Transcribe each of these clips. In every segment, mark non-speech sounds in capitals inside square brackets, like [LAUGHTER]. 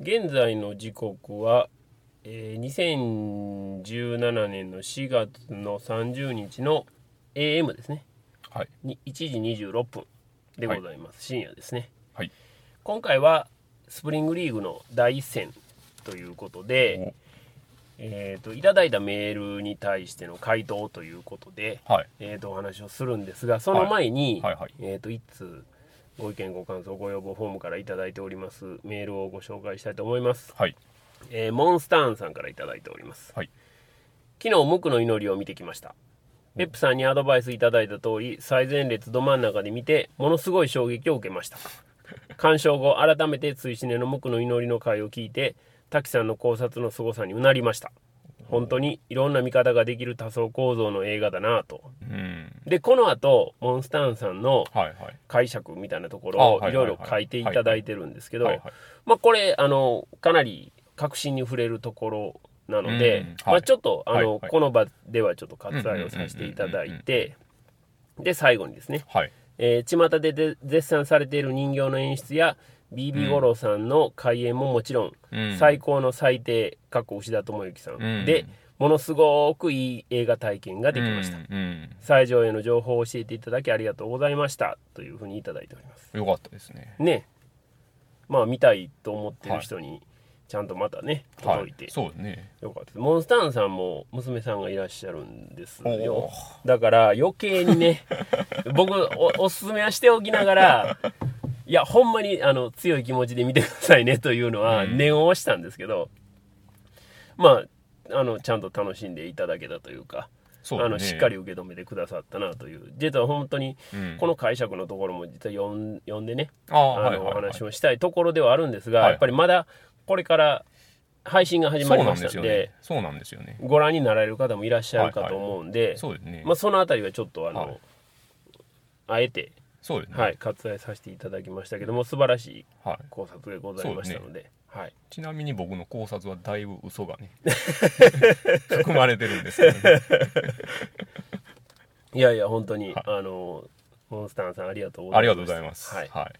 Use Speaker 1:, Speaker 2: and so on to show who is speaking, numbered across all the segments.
Speaker 1: 現在の時刻は、えー2017年の4月の30日の AM ですね
Speaker 2: はい
Speaker 1: に1時26分でございます、深夜ですね
Speaker 2: はい
Speaker 1: 今回はスプリングリーグの第一戦ということで、えー、といただいたメールに対しての回答ということで、
Speaker 2: はい
Speaker 1: えー、とお話をするんですがその前に、
Speaker 2: はいはいはい
Speaker 1: えー、と一通ご意見ご感想ご要望フォームから頂いただいておりますメールをご紹介したいと思います、
Speaker 2: はい
Speaker 1: えーモンスターンさんから頂いただいております
Speaker 2: はい
Speaker 1: 昨日無垢の祈りを見てきましたペップさんにアドバイスいただいた通り最前列ど真ん中で見てものすごい衝撃を受けました鑑賞後改めて追試ねの無垢の祈りの回を聞いて滝さんの考察の凄さにうなりました本当にいろんな見方ができる多層構造の映画だなぁと
Speaker 2: うん
Speaker 1: でこの後モンスターンさんの
Speaker 2: はいはい
Speaker 1: 解釈みたいなとこ
Speaker 2: あ
Speaker 1: ろ
Speaker 2: はい
Speaker 1: を
Speaker 2: はいい
Speaker 1: ろいろ書いていただいてるんですけど
Speaker 2: はいはい
Speaker 1: まあこれあのかなり確信に触れるところなので、
Speaker 2: うんはい
Speaker 1: まあ、ちょっとあの、
Speaker 2: はいはい
Speaker 1: この場ではちょっと割愛をさせていただいてで最後にですね、
Speaker 2: はい
Speaker 1: えー巷でで絶賛されている人形の演出や BB 五郎さんの開演ももちろん、
Speaker 2: うん
Speaker 1: 最高の最低かっこ牛田智之さん、
Speaker 2: うん
Speaker 1: でものすごくいい映画体験ができました、
Speaker 2: うんうん
Speaker 1: 最上への情報を教えていただきありがとうございましたというふうにいただいております
Speaker 2: よかったですね
Speaker 1: ねまあ見たいと思ってる人にちゃんとまたね届いて、
Speaker 2: そうですね
Speaker 1: よかったですモンスターンさんも娘さんがいらっしゃるんです
Speaker 2: お
Speaker 1: よ
Speaker 2: ー
Speaker 1: だから余計に
Speaker 2: [LAUGHS]
Speaker 1: ね僕おおすすめはしておきながらいやほんまにあの強い気持ちで見てくださいねというのは
Speaker 2: うん
Speaker 1: 念を押したんですけど、まああのちゃんと楽しんでいただけたというか
Speaker 2: そう
Speaker 1: あ
Speaker 2: だね
Speaker 1: のしっかり受け止めてくださったなという実は本当に
Speaker 2: うん
Speaker 1: この解釈のところも実は読ん読んでね
Speaker 2: ああ
Speaker 1: あの、
Speaker 2: はいはい
Speaker 1: お
Speaker 2: はい
Speaker 1: 話をしたいところではあるんですが、
Speaker 2: はい
Speaker 1: やっぱりまだこれから配信が始まりましたんで
Speaker 2: そうなんですよねそうなんですよね
Speaker 1: ご覧になられる方もいらっしゃるかと思うんで、
Speaker 2: そうですね
Speaker 1: まあ、そのあたりはちょっとあの、
Speaker 2: はい
Speaker 1: あえて、
Speaker 2: そうですね
Speaker 1: はい、割愛させていただきましたけども素晴らしい
Speaker 2: はい
Speaker 1: 考察でございましたので。はい、
Speaker 2: ちなみに僕の考察はだいぶ
Speaker 1: [LAUGHS]
Speaker 2: 嘘がね含まれてるんですけどね
Speaker 1: いやいや本当に、
Speaker 2: はい
Speaker 1: あのモンスターさんありがとうございます
Speaker 2: ありがとうございます
Speaker 1: は
Speaker 2: はい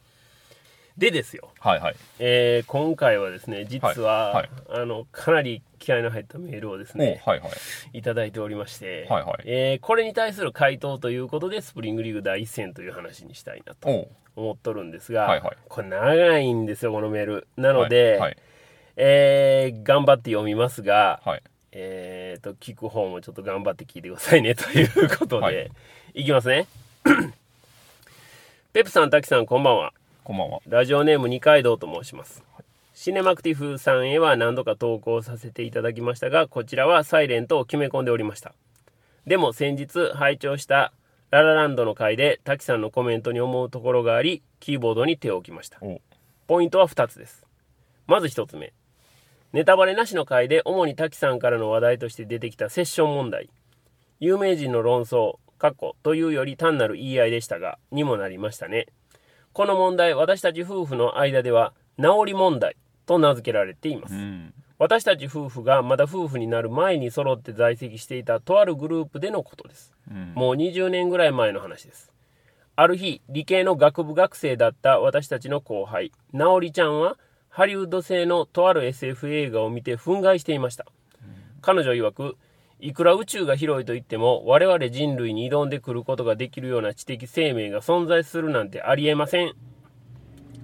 Speaker 2: い、
Speaker 1: でですよ
Speaker 2: はいはい
Speaker 1: えー今回はですね実は、
Speaker 2: はい
Speaker 1: あのかなり気合の入ったメールをです
Speaker 2: おはい
Speaker 1: ね
Speaker 2: はいはい
Speaker 1: いただいておりまして、
Speaker 2: はいはい
Speaker 1: えーこれに対する回答ということでスプリングリーグ第一戦という話にしたいなと
Speaker 2: おう
Speaker 1: 思っとるんですが、
Speaker 2: はいはい
Speaker 1: これ長いんですよこのメールなので、
Speaker 2: はい
Speaker 1: えー頑張って読みますが、
Speaker 2: はい
Speaker 1: えー、と聞く方もちょっと頑張って聞いてくださいねということで、、
Speaker 2: はい
Speaker 1: きますね [CLEARS THROAT] ペップさん滝さんこんばんは
Speaker 2: こんばんは
Speaker 1: ラジオネーム二階堂と申しますシネマクティフさんへは何度か投稿させていただきましたがこちらはサイレントを決め込んでおりましたでも先日拝聴したララランドの回で滝さんのコメントに思うところがありキーボードに手を置きました
Speaker 2: お
Speaker 1: ポイントは2つです。まず1つ目。ネタバレなしの回で主に滝さんからの話題として出てきたセッション問題。有名人の論争、過去というより単なる言い合いでしたが、にもなりましたね。この問題、私たち夫婦の間では、治り問題と名付けられています
Speaker 2: う。ん
Speaker 1: 私たち夫婦がまだ夫婦になる前に揃って在籍していたとあるグループでのことです。
Speaker 2: うん
Speaker 1: もう20年ぐらい前の話です。ある日、理系の学部学生だった私たちの後輩、なおりちゃんは、ハリウッド製のとある SF 映画を見て憤慨していました。彼女曰く、いくら宇宙が広いと言っても、我々人類に挑んでくることができるような知的生命が存在するなんてありえません。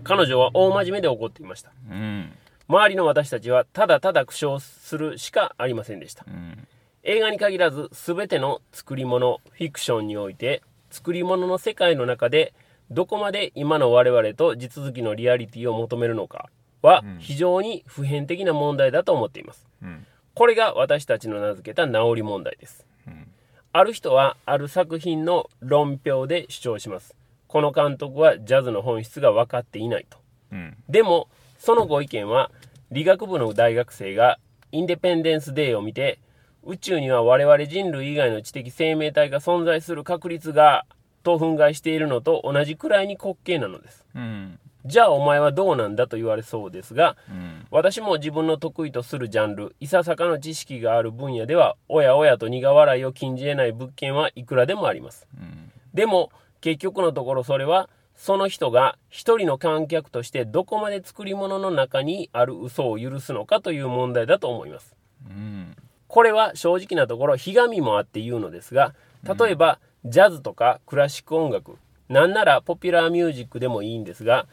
Speaker 1: 彼女は大真面目で怒っていました。
Speaker 2: うん
Speaker 1: 周りの私たちは、ただただ苦笑するしかありませんでした
Speaker 2: う。ん
Speaker 1: 映画に限らず全ての作り物フィクションにおいて作り物の世界の中でどこまで今の我々と地続きのリアリティを求めるのかは非常に普遍的な問題だと思っています。
Speaker 2: うん
Speaker 1: これが私たちの名付けた治り問題です。
Speaker 2: うん
Speaker 1: ある人はある作品の論評で主張します。この監督はジャズの本質が分かっていないと。
Speaker 2: うん
Speaker 1: でもそのご意見は理学部の大学生がインデペンデンス・デーを見て宇宙には我々人類以外の知的生命体が存在する確率がと憤慨しているのと同じくらいに滑稽なのです
Speaker 2: うん
Speaker 1: じゃあお前はどうなんだと言われそうですが
Speaker 2: うん
Speaker 1: 私も自分の得意とするジャンルいささかの知識がある分野ではおやおやと苦笑いを禁じ得ない物件はいくらでもあります
Speaker 2: うん
Speaker 1: でも結局のところそれはその人が一人の観客としてどこまで作り物の中にある嘘を許すのかという問題だと思います。
Speaker 2: うん
Speaker 1: これは正直なところ、ひがみもあって言うのですが、例えば、ジャズとかクラシック音楽、なんならポピュラーミュージックでもいいんですが、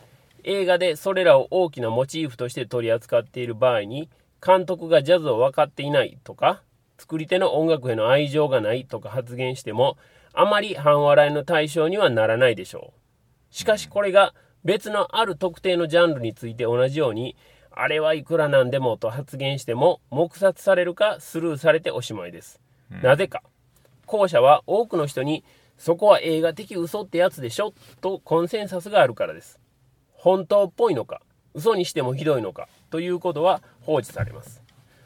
Speaker 1: 映画でそれらを大きなモチーフとして取り扱っている場合に、監督がジャズを分かっていないとか、作り手の音楽への愛情がないとか発言しても、あまり半笑いの対象にはならないでしょう。しかしこれが別のある特定のジャンルについて同じように、あれはいくらなんでもと発言しても、黙殺されるかスルーされておしまいです。なぜか。後者は多くの人に、そこは映画的嘘ってやつでしょとコンセンサスがあるからです。本当っぽいのか、嘘にしてもひどいのかということは放置されます。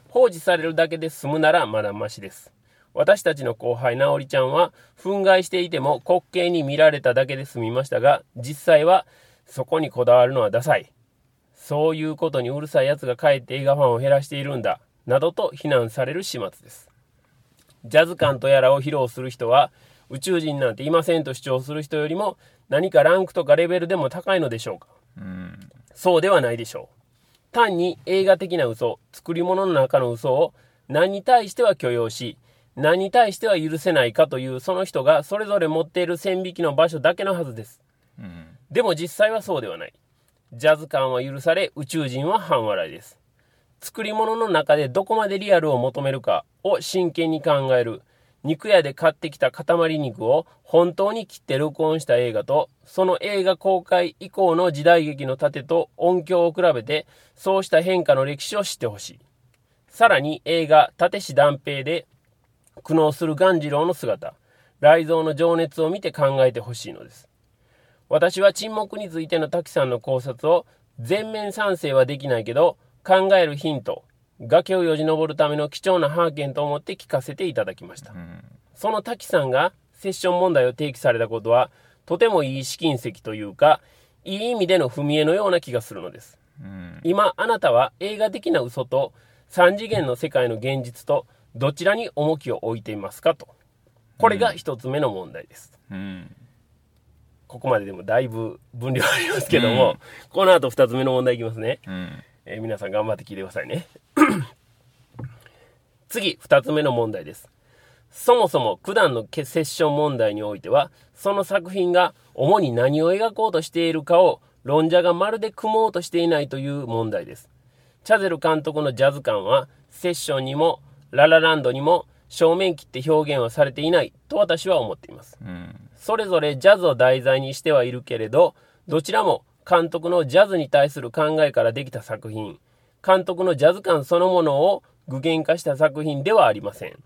Speaker 1: 放置されるだけで済むならまだましです。私たちの後輩なおりちゃんは、憤慨していても滑稽に見られただけで済みましたが、実際は、そこにこだわるのはダサい。そういうことにうるさい奴がかえって映画ファンを減らしているんだ、などと非難される始末です。ジャズ感とやらを披露する人は、宇宙人なんていませんと主張する人よりも、何かランクとかレベルでも高いのでしょうか
Speaker 2: うん
Speaker 1: そうではないでしょう。単に映画的な嘘、作り物の中の嘘を何に対しては許容し、何に対しては許せないかというその人がそれぞれ持っている線引きの場所だけのはずです。
Speaker 2: うん
Speaker 1: でも実際はそうではない。ジャズ感は許され、宇宙人は半笑いです。作り物の中でどこまでリアルを求めるかを真剣に考える。肉屋で買ってきた塊肉を本当に切って録音した映画と、その映画公開以降の時代劇の盾と音響を比べて、そうした変化の歴史を知ってほしい。さらに映画、立石断平で苦悩する鴈治郎の姿、雷蔵の情熱を見て考えてほしいのです。私は沈黙についての滝さんの考察を全面賛成はできないけど考えるヒント崖をよじ登るための貴重な発見と思って聞かせていただきました
Speaker 2: うん
Speaker 1: その滝さんがセッション問題を提起されたことはとてもいい試金石というかいい意味での踏み絵のような気がするのです
Speaker 2: うん
Speaker 1: 今あなたは映画的な嘘と3次元の世界の現実とどちらに重きを置いていますかとこれが一つ目の問題です、
Speaker 2: うん
Speaker 1: ここまででもだいぶ分量ありますけども、この後2つ目の問題いきますね、
Speaker 2: うん
Speaker 1: えー皆さん頑張って聞いてくださいね [COUGHS] 次2つ目の問題ですそもそも九段のセッション問題においてはその作品が主に何を描こうとしているかを論者がまるで組もうとしていないという問題ですチャゼル監督のジャズ感はセッションにもララランドにも正面切って表現はされていないと私は思っています
Speaker 2: うん
Speaker 1: それぞれジャズを題材にしてはいるけれど、どちらも監督のジャズに対する考えからできた作品、監督のジャズ感そのものを具現化した作品ではありません。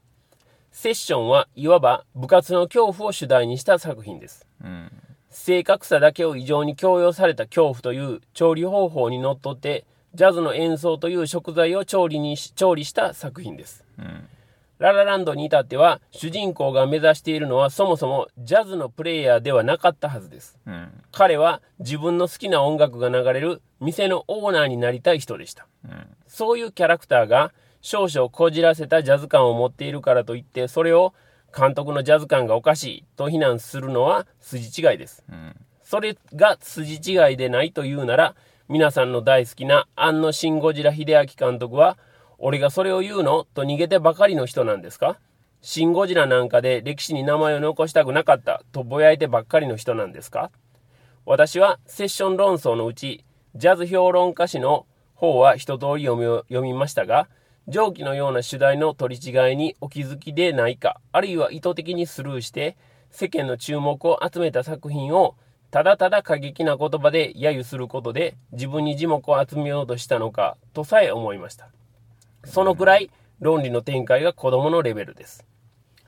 Speaker 1: セッションはいわば部活の恐怖を主題にした作品です。
Speaker 2: うん
Speaker 1: 正確さだけを異常に強要された恐怖という調理方法にのっとって、ジャズの演奏という食材を調理にし調理した作品です。
Speaker 2: うん
Speaker 1: ララランドに至っては主人公が目指しているのはそもそもジャズのプレイヤーではなかったはずです
Speaker 2: うん
Speaker 1: 彼は自分の好きな音楽が流れる店のオーナーになりたい人でした
Speaker 2: うん
Speaker 1: そういうキャラクターが少々こじらせたジャズ感を持っているからといってそれを監督のジャズ感がおかしいと非難するのは筋違いです
Speaker 2: うん
Speaker 1: それが筋違いでないというなら、皆さんの大好きな庵野シン・ゴジラ秀明監督は、俺がそれを言うのと逃げてばかりの人なんですかシン・ゴジラなんかで歴史に名前を残したくなかったとぼやいてばっかりの人なんですか私はセッション論争のうち、ジャズ評論家誌の方は一通り読みを読みましたが、上記のような主題の取り違いにお気づきでないか、あるいは意図的にスルーして、世間の注目を集めた作品を、ただただ過激な言葉で揶揄することで、自分に耳目を集めようとしたのか、とさえ思いました。そのくらい、論理の展開が子供のレベルです。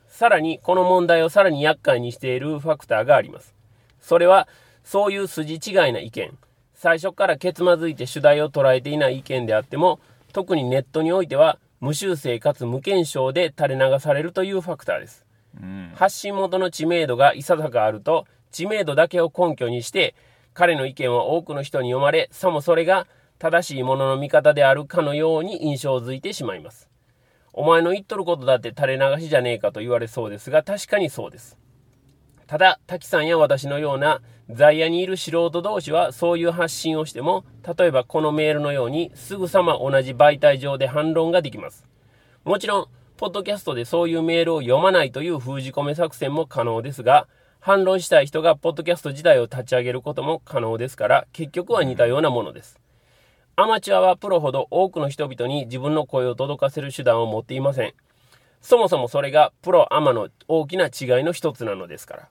Speaker 1: さらに、この問題をさらに厄介にしているファクターがあります。それは、そういう筋違いな意見。最初からけつまずいて主題を捉えていない意見であっても、特にネットにおいては、無修正かつ無検証で垂れ流されるというファクターです。
Speaker 2: うん
Speaker 1: 発信元の知名度がいささかあると、知名度だけを根拠にして、彼の意見は多くの人に読まれ、さもそれが正しいものの見方であるかのように印象づいてしまいます。お前の言っとることだって垂れ流しじゃねえかと言われそうですが、確かにそうです。ただ、滝さんや私のような在野にいる素人同士はそういう発信をしても、例えばこのメールのようにすぐさま同じ媒体上で反論ができます。もちろん、ポッドキャストでそういうメールを読まないという封じ込め作戦も可能ですが、反論したい人がポッドキャスト自体を立ち上げることも可能ですから、結局は似たようなものです。アマチュアはプロほど多くの人々に自分の声を届かせる手段を持っていません。そもそもそれがプロアマの大きな違いの一つなのですから。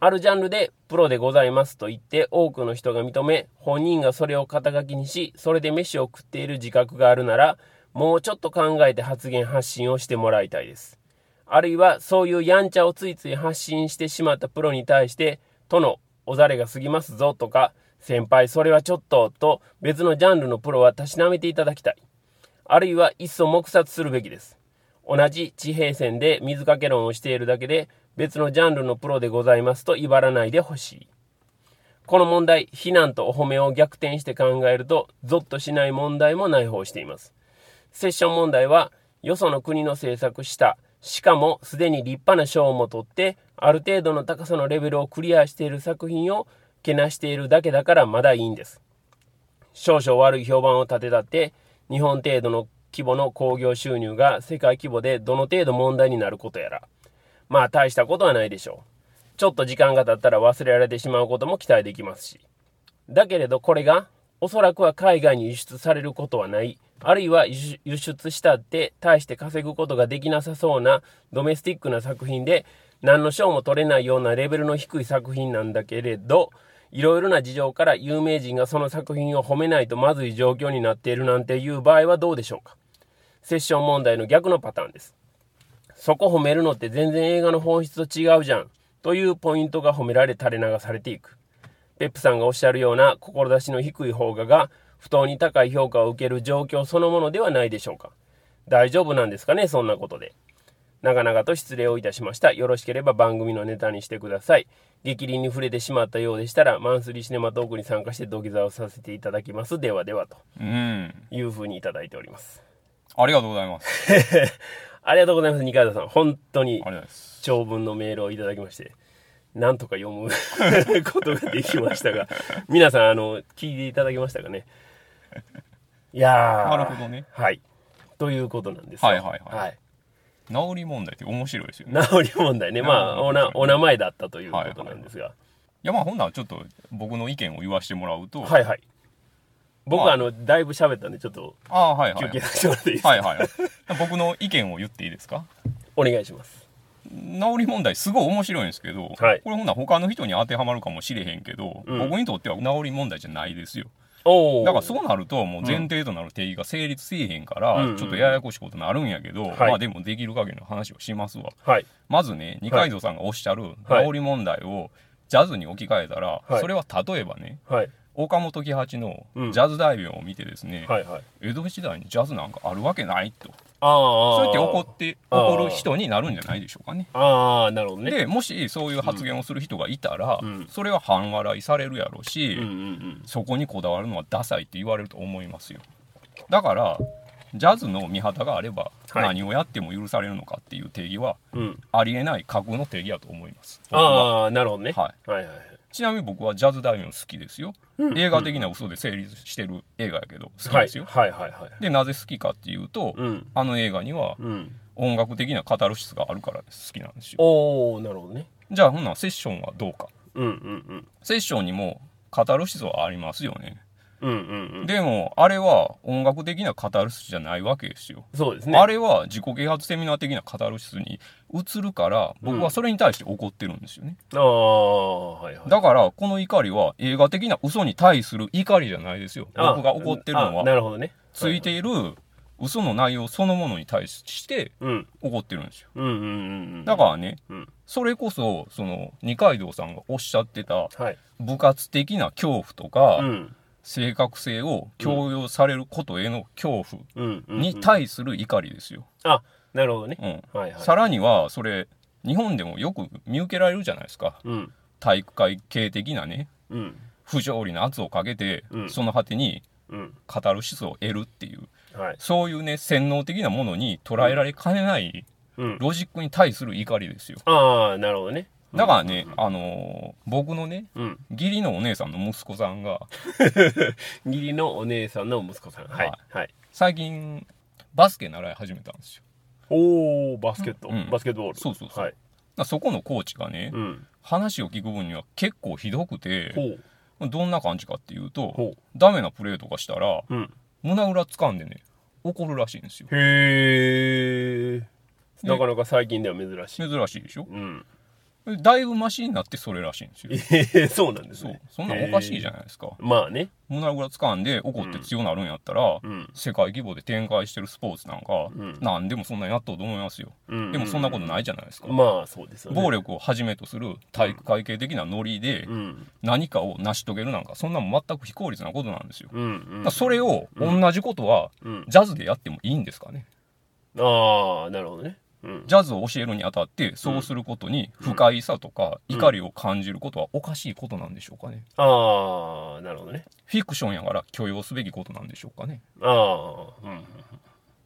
Speaker 1: あるジャンルでプロでございますと言って多くの人が認め、本人がそれを肩書きにし、それで飯を食っている自覚があるなら、もうちょっと考えて発言発信をしてもらいたいです。あるいはそういうやんちゃをついつい発信してしまったプロに対して、殿、おざれが過ぎますぞとか、先輩それはちょっとと別のジャンルのプロはたしなめていただきたい。あるいはいっそ黙殺するべきです。同じ地平線で水かけ論をしているだけで別のジャンルのプロでございますと威張らないでほしい。この問題、非難とお褒めを逆転して考えると、ゾッとしない問題も内包しています。セッション問題は、よその国の制作した、しかもすでに立派な賞も取って、ある程度の高さのレベルをクリアしている作品をけなしているだけだからまだいいんです。少々悪い評判を立て立って、日本程度の規模の興行収入が世界規模でどの程度問題になることやら。まあ大したことはないでしょう。ちょっと時間が経ったら忘れられてしまうことも期待できますし。だけれどこれが、おそらくは海外に輸出されることはない、あるいは輸出輸出したって大して稼ぐことができなさそうなドメスティックな作品で、何の賞も取れないようなレベルの低い作品なんだけれど、いろいろな事情から有名人がその作品を褒めないとまずい状況になっているなんていう場合はどうでしょうか。セッション問題の逆のパターンです。そこ褒めるのって全然映画の本質と違うじゃん。というポイントが褒められ垂れ流されていく。ペップさんがおっしゃるような志の低い方がが不当に高い評価を受ける状況そのものではないでしょうか。大丈夫なんですかね、そんなことで。長々と失礼をいたしました。よろしければ番組のネタにしてください。激鱗に触れてしまったようでしたら、マンスリーシネマトークに参加して土下座をさせていただきます。ではでは、と
Speaker 2: うん。
Speaker 1: いうふうにいただいております。
Speaker 2: ありがとうございます。
Speaker 1: ありがとうございます、二階堂さん。本当に
Speaker 2: ありがとうございます。
Speaker 1: 長文のメールをいただきまして、なんとか読む [LAUGHS] ことができましたが、皆さん、あの、聞いていただけましたかね。いやー。
Speaker 2: なるほどね。
Speaker 1: はい。ということなんですよ
Speaker 2: はいはいはい
Speaker 1: はい。
Speaker 2: 治り問題って面白いですよね。
Speaker 1: 治り問題ね。まあ、おな、お名前だったということなんですが。
Speaker 2: いやまあほんならちょっと僕の意見を言わしてもらうと、
Speaker 1: はいはい。僕
Speaker 2: ま
Speaker 1: は
Speaker 2: あ
Speaker 1: あの、だいぶ喋ったんで、ちょっと
Speaker 2: ああはいは
Speaker 1: 休憩
Speaker 2: い
Speaker 1: させてもらっていいですか、
Speaker 2: はいはい僕の意見を言っていいですか
Speaker 1: お願いします。
Speaker 2: 治り問題すごい面白いんですけど、
Speaker 1: はい
Speaker 2: これほんなら他の人に当てはまるかもしれへんけど、
Speaker 1: うん
Speaker 2: 僕にとっては治り問題じゃないですよ
Speaker 1: おお。
Speaker 2: だからそうなるともう前提となる定義が成立せえへんから、
Speaker 1: うん
Speaker 2: ちょっとややこしいことになるんやけど、
Speaker 1: はい
Speaker 2: まあでもできる限りの話をしますわ
Speaker 1: はい。
Speaker 2: まずね二階堂さんがおっしゃる
Speaker 1: はい
Speaker 2: 治り問題をジャズに置き換えたら、
Speaker 1: はい
Speaker 2: それは例えばね
Speaker 1: はい。
Speaker 2: 岡本喜八の
Speaker 1: うん
Speaker 2: ジャズ大名を見てですね、
Speaker 1: はいはい。
Speaker 2: 江戸時代にジャズなんかあるわけないと
Speaker 1: ああ。
Speaker 2: そうやって怒って
Speaker 1: あー
Speaker 2: 怒る人になるんじゃないでしょうかね
Speaker 1: ああ、なるほどね。
Speaker 2: でもしそういう発言をする人がいたら、
Speaker 1: うん
Speaker 2: それは半笑いされるやろうし、
Speaker 1: うんうんうん。
Speaker 2: そこにこだわるのはダサいって言われると思いますよだからジャズの見旗があれば
Speaker 1: はい
Speaker 2: 何をやっても許されるのかっていう定義は
Speaker 1: うん。
Speaker 2: ありえない架空の定義だと思います
Speaker 1: ああ、なるほどね。
Speaker 2: はい
Speaker 1: はいはい。
Speaker 2: ちなみに僕はジャズ大名好きですよ、
Speaker 1: うん
Speaker 2: 映画的な嘘で成立してる映画やけど好き
Speaker 1: は
Speaker 2: で
Speaker 1: い
Speaker 2: すよ、
Speaker 1: はいはいはい。
Speaker 2: でなぜ好きかっていうと、
Speaker 1: うん。
Speaker 2: あの映画には
Speaker 1: うん。
Speaker 2: 音楽的なカタルシスがあるから好きなんですよ
Speaker 1: おおなるほどね。
Speaker 2: じゃあほんならセッションはどうか
Speaker 1: うんうん
Speaker 2: セッションにもカタルシスはありますよね
Speaker 1: うん。うんうんうん。
Speaker 2: でもあれは音楽的なカタルシスじゃないわけですよ
Speaker 1: そうですね。
Speaker 2: あれは自己啓発セミナー的なカタルシスに移るから僕はそれに対して怒ってるんですよね、
Speaker 1: ああ、はいはい。
Speaker 2: だからこの怒りは映画的な嘘に対する怒りじゃないですよ
Speaker 1: あ
Speaker 2: 僕が怒ってるの
Speaker 1: あ
Speaker 2: は
Speaker 1: なるほどね。
Speaker 2: ついている嘘の内容そのものに対して
Speaker 1: はい。うん。
Speaker 2: 怒ってるんですよ
Speaker 1: うんうんうんうん。
Speaker 2: だからね
Speaker 1: うん。
Speaker 2: それこそその二階堂さんがおっしゃってた
Speaker 1: はい。
Speaker 2: 部活的な恐怖とか、
Speaker 1: うん。
Speaker 2: 正確性を強要されることへの恐怖
Speaker 1: うんうん。
Speaker 2: に対する怒りですよ。
Speaker 1: あ、なるほどね。
Speaker 2: うん
Speaker 1: はいはい。
Speaker 2: さらにはそれ日本でもよく見受けられるじゃないですか
Speaker 1: うん。
Speaker 2: 体育会系的なね
Speaker 1: うん。
Speaker 2: 不条理な圧をかけて、
Speaker 1: うん
Speaker 2: その果てに
Speaker 1: うん。
Speaker 2: カタルシスを得るっていう
Speaker 1: はい。
Speaker 2: そういうね洗脳的なものに捉えられかねない
Speaker 1: うん。
Speaker 2: ロジックに対する怒りですよ。
Speaker 1: ああ、なるほどね。
Speaker 2: だからね、あのー僕のね、
Speaker 1: うん
Speaker 2: 義理のお姉さんの息子さんが、
Speaker 1: 義理のお姉さんの息子さんはい
Speaker 2: はい
Speaker 1: はい
Speaker 2: 最近、バスケ習い始めたんですよ。
Speaker 1: おおバスケット、
Speaker 2: うん
Speaker 1: バスケットボール
Speaker 2: そうそうそう
Speaker 1: はい
Speaker 2: だからそこのコーチがね、
Speaker 1: うん
Speaker 2: 話を聞く分には結構ひどくて、
Speaker 1: ほう
Speaker 2: どんな感じかっていうと
Speaker 1: ほ、
Speaker 2: ダメなプレーとかしたら、
Speaker 1: ううん
Speaker 2: 胸裏掴んでね、怒るらしいんですよ。
Speaker 1: へえなかなか最近では珍しい
Speaker 2: 珍しいでしょ
Speaker 1: うん
Speaker 2: だいぶマシになってそれらしいんですよ
Speaker 1: え。ーそうなんです
Speaker 2: そう
Speaker 1: ね。
Speaker 2: そんなんおかしいじゃないですか。
Speaker 1: へーまあね
Speaker 2: 胸ぐら掴んで怒って強なるんやったら、
Speaker 1: うん
Speaker 2: 世界規模で展開してるスポーツなんか、
Speaker 1: うん
Speaker 2: 何でもそんなになっとうと思いますよ。
Speaker 1: うん
Speaker 2: でもそんなことないじゃないですか。
Speaker 1: まあそうですよね
Speaker 2: 暴力をはじめとする体育会系的なノリで
Speaker 1: うん
Speaker 2: 何かを成し遂げるなんか、そんなも全く非効率なことなんですよ。
Speaker 1: うんう
Speaker 2: だ
Speaker 1: ん
Speaker 2: からそれを同じことは
Speaker 1: うん
Speaker 2: ジャズでやってもいいんですかね。
Speaker 1: ああなるほどねうん
Speaker 2: ジャズを教えるにあたってそうすることに不快さとか
Speaker 1: うん
Speaker 2: 怒りを感じることはおかしいことなんでしょうかね。
Speaker 1: ああなるほどね
Speaker 2: フィクションやから許容すべきことなんでしょうかね。
Speaker 1: ああうん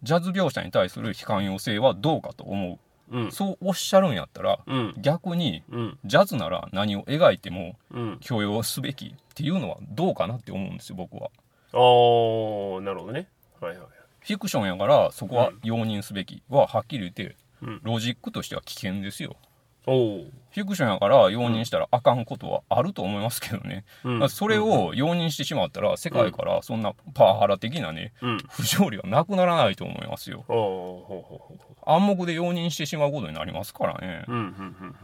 Speaker 2: ジャズ描写に対する批判要請はどうかと思
Speaker 1: うん
Speaker 2: う。そうおっしゃるんやったら、
Speaker 1: うん
Speaker 2: 逆に
Speaker 1: うん
Speaker 2: ジャズなら何を描いても
Speaker 1: うん
Speaker 2: 許容すべきっていうのはどうかなって思うんですよ、僕は。
Speaker 1: ああなるほどねはいはい
Speaker 2: フィクションやからそこは容認すべきははっきり言って
Speaker 1: うん、
Speaker 2: ロジックとしては危険ですよ。
Speaker 1: おお
Speaker 2: フィクションやから容認したらあかんことはあると思いますけどね。
Speaker 1: う
Speaker 2: だ
Speaker 1: ん
Speaker 2: からそれを容認してしまったら世界からそんなパワハラ的なね、
Speaker 1: うん
Speaker 2: 不条理はなくならないと思いますよ。
Speaker 1: ああほうほうほうほ
Speaker 2: 暗黙で容認してしまうことになりますからね
Speaker 1: う。うんうん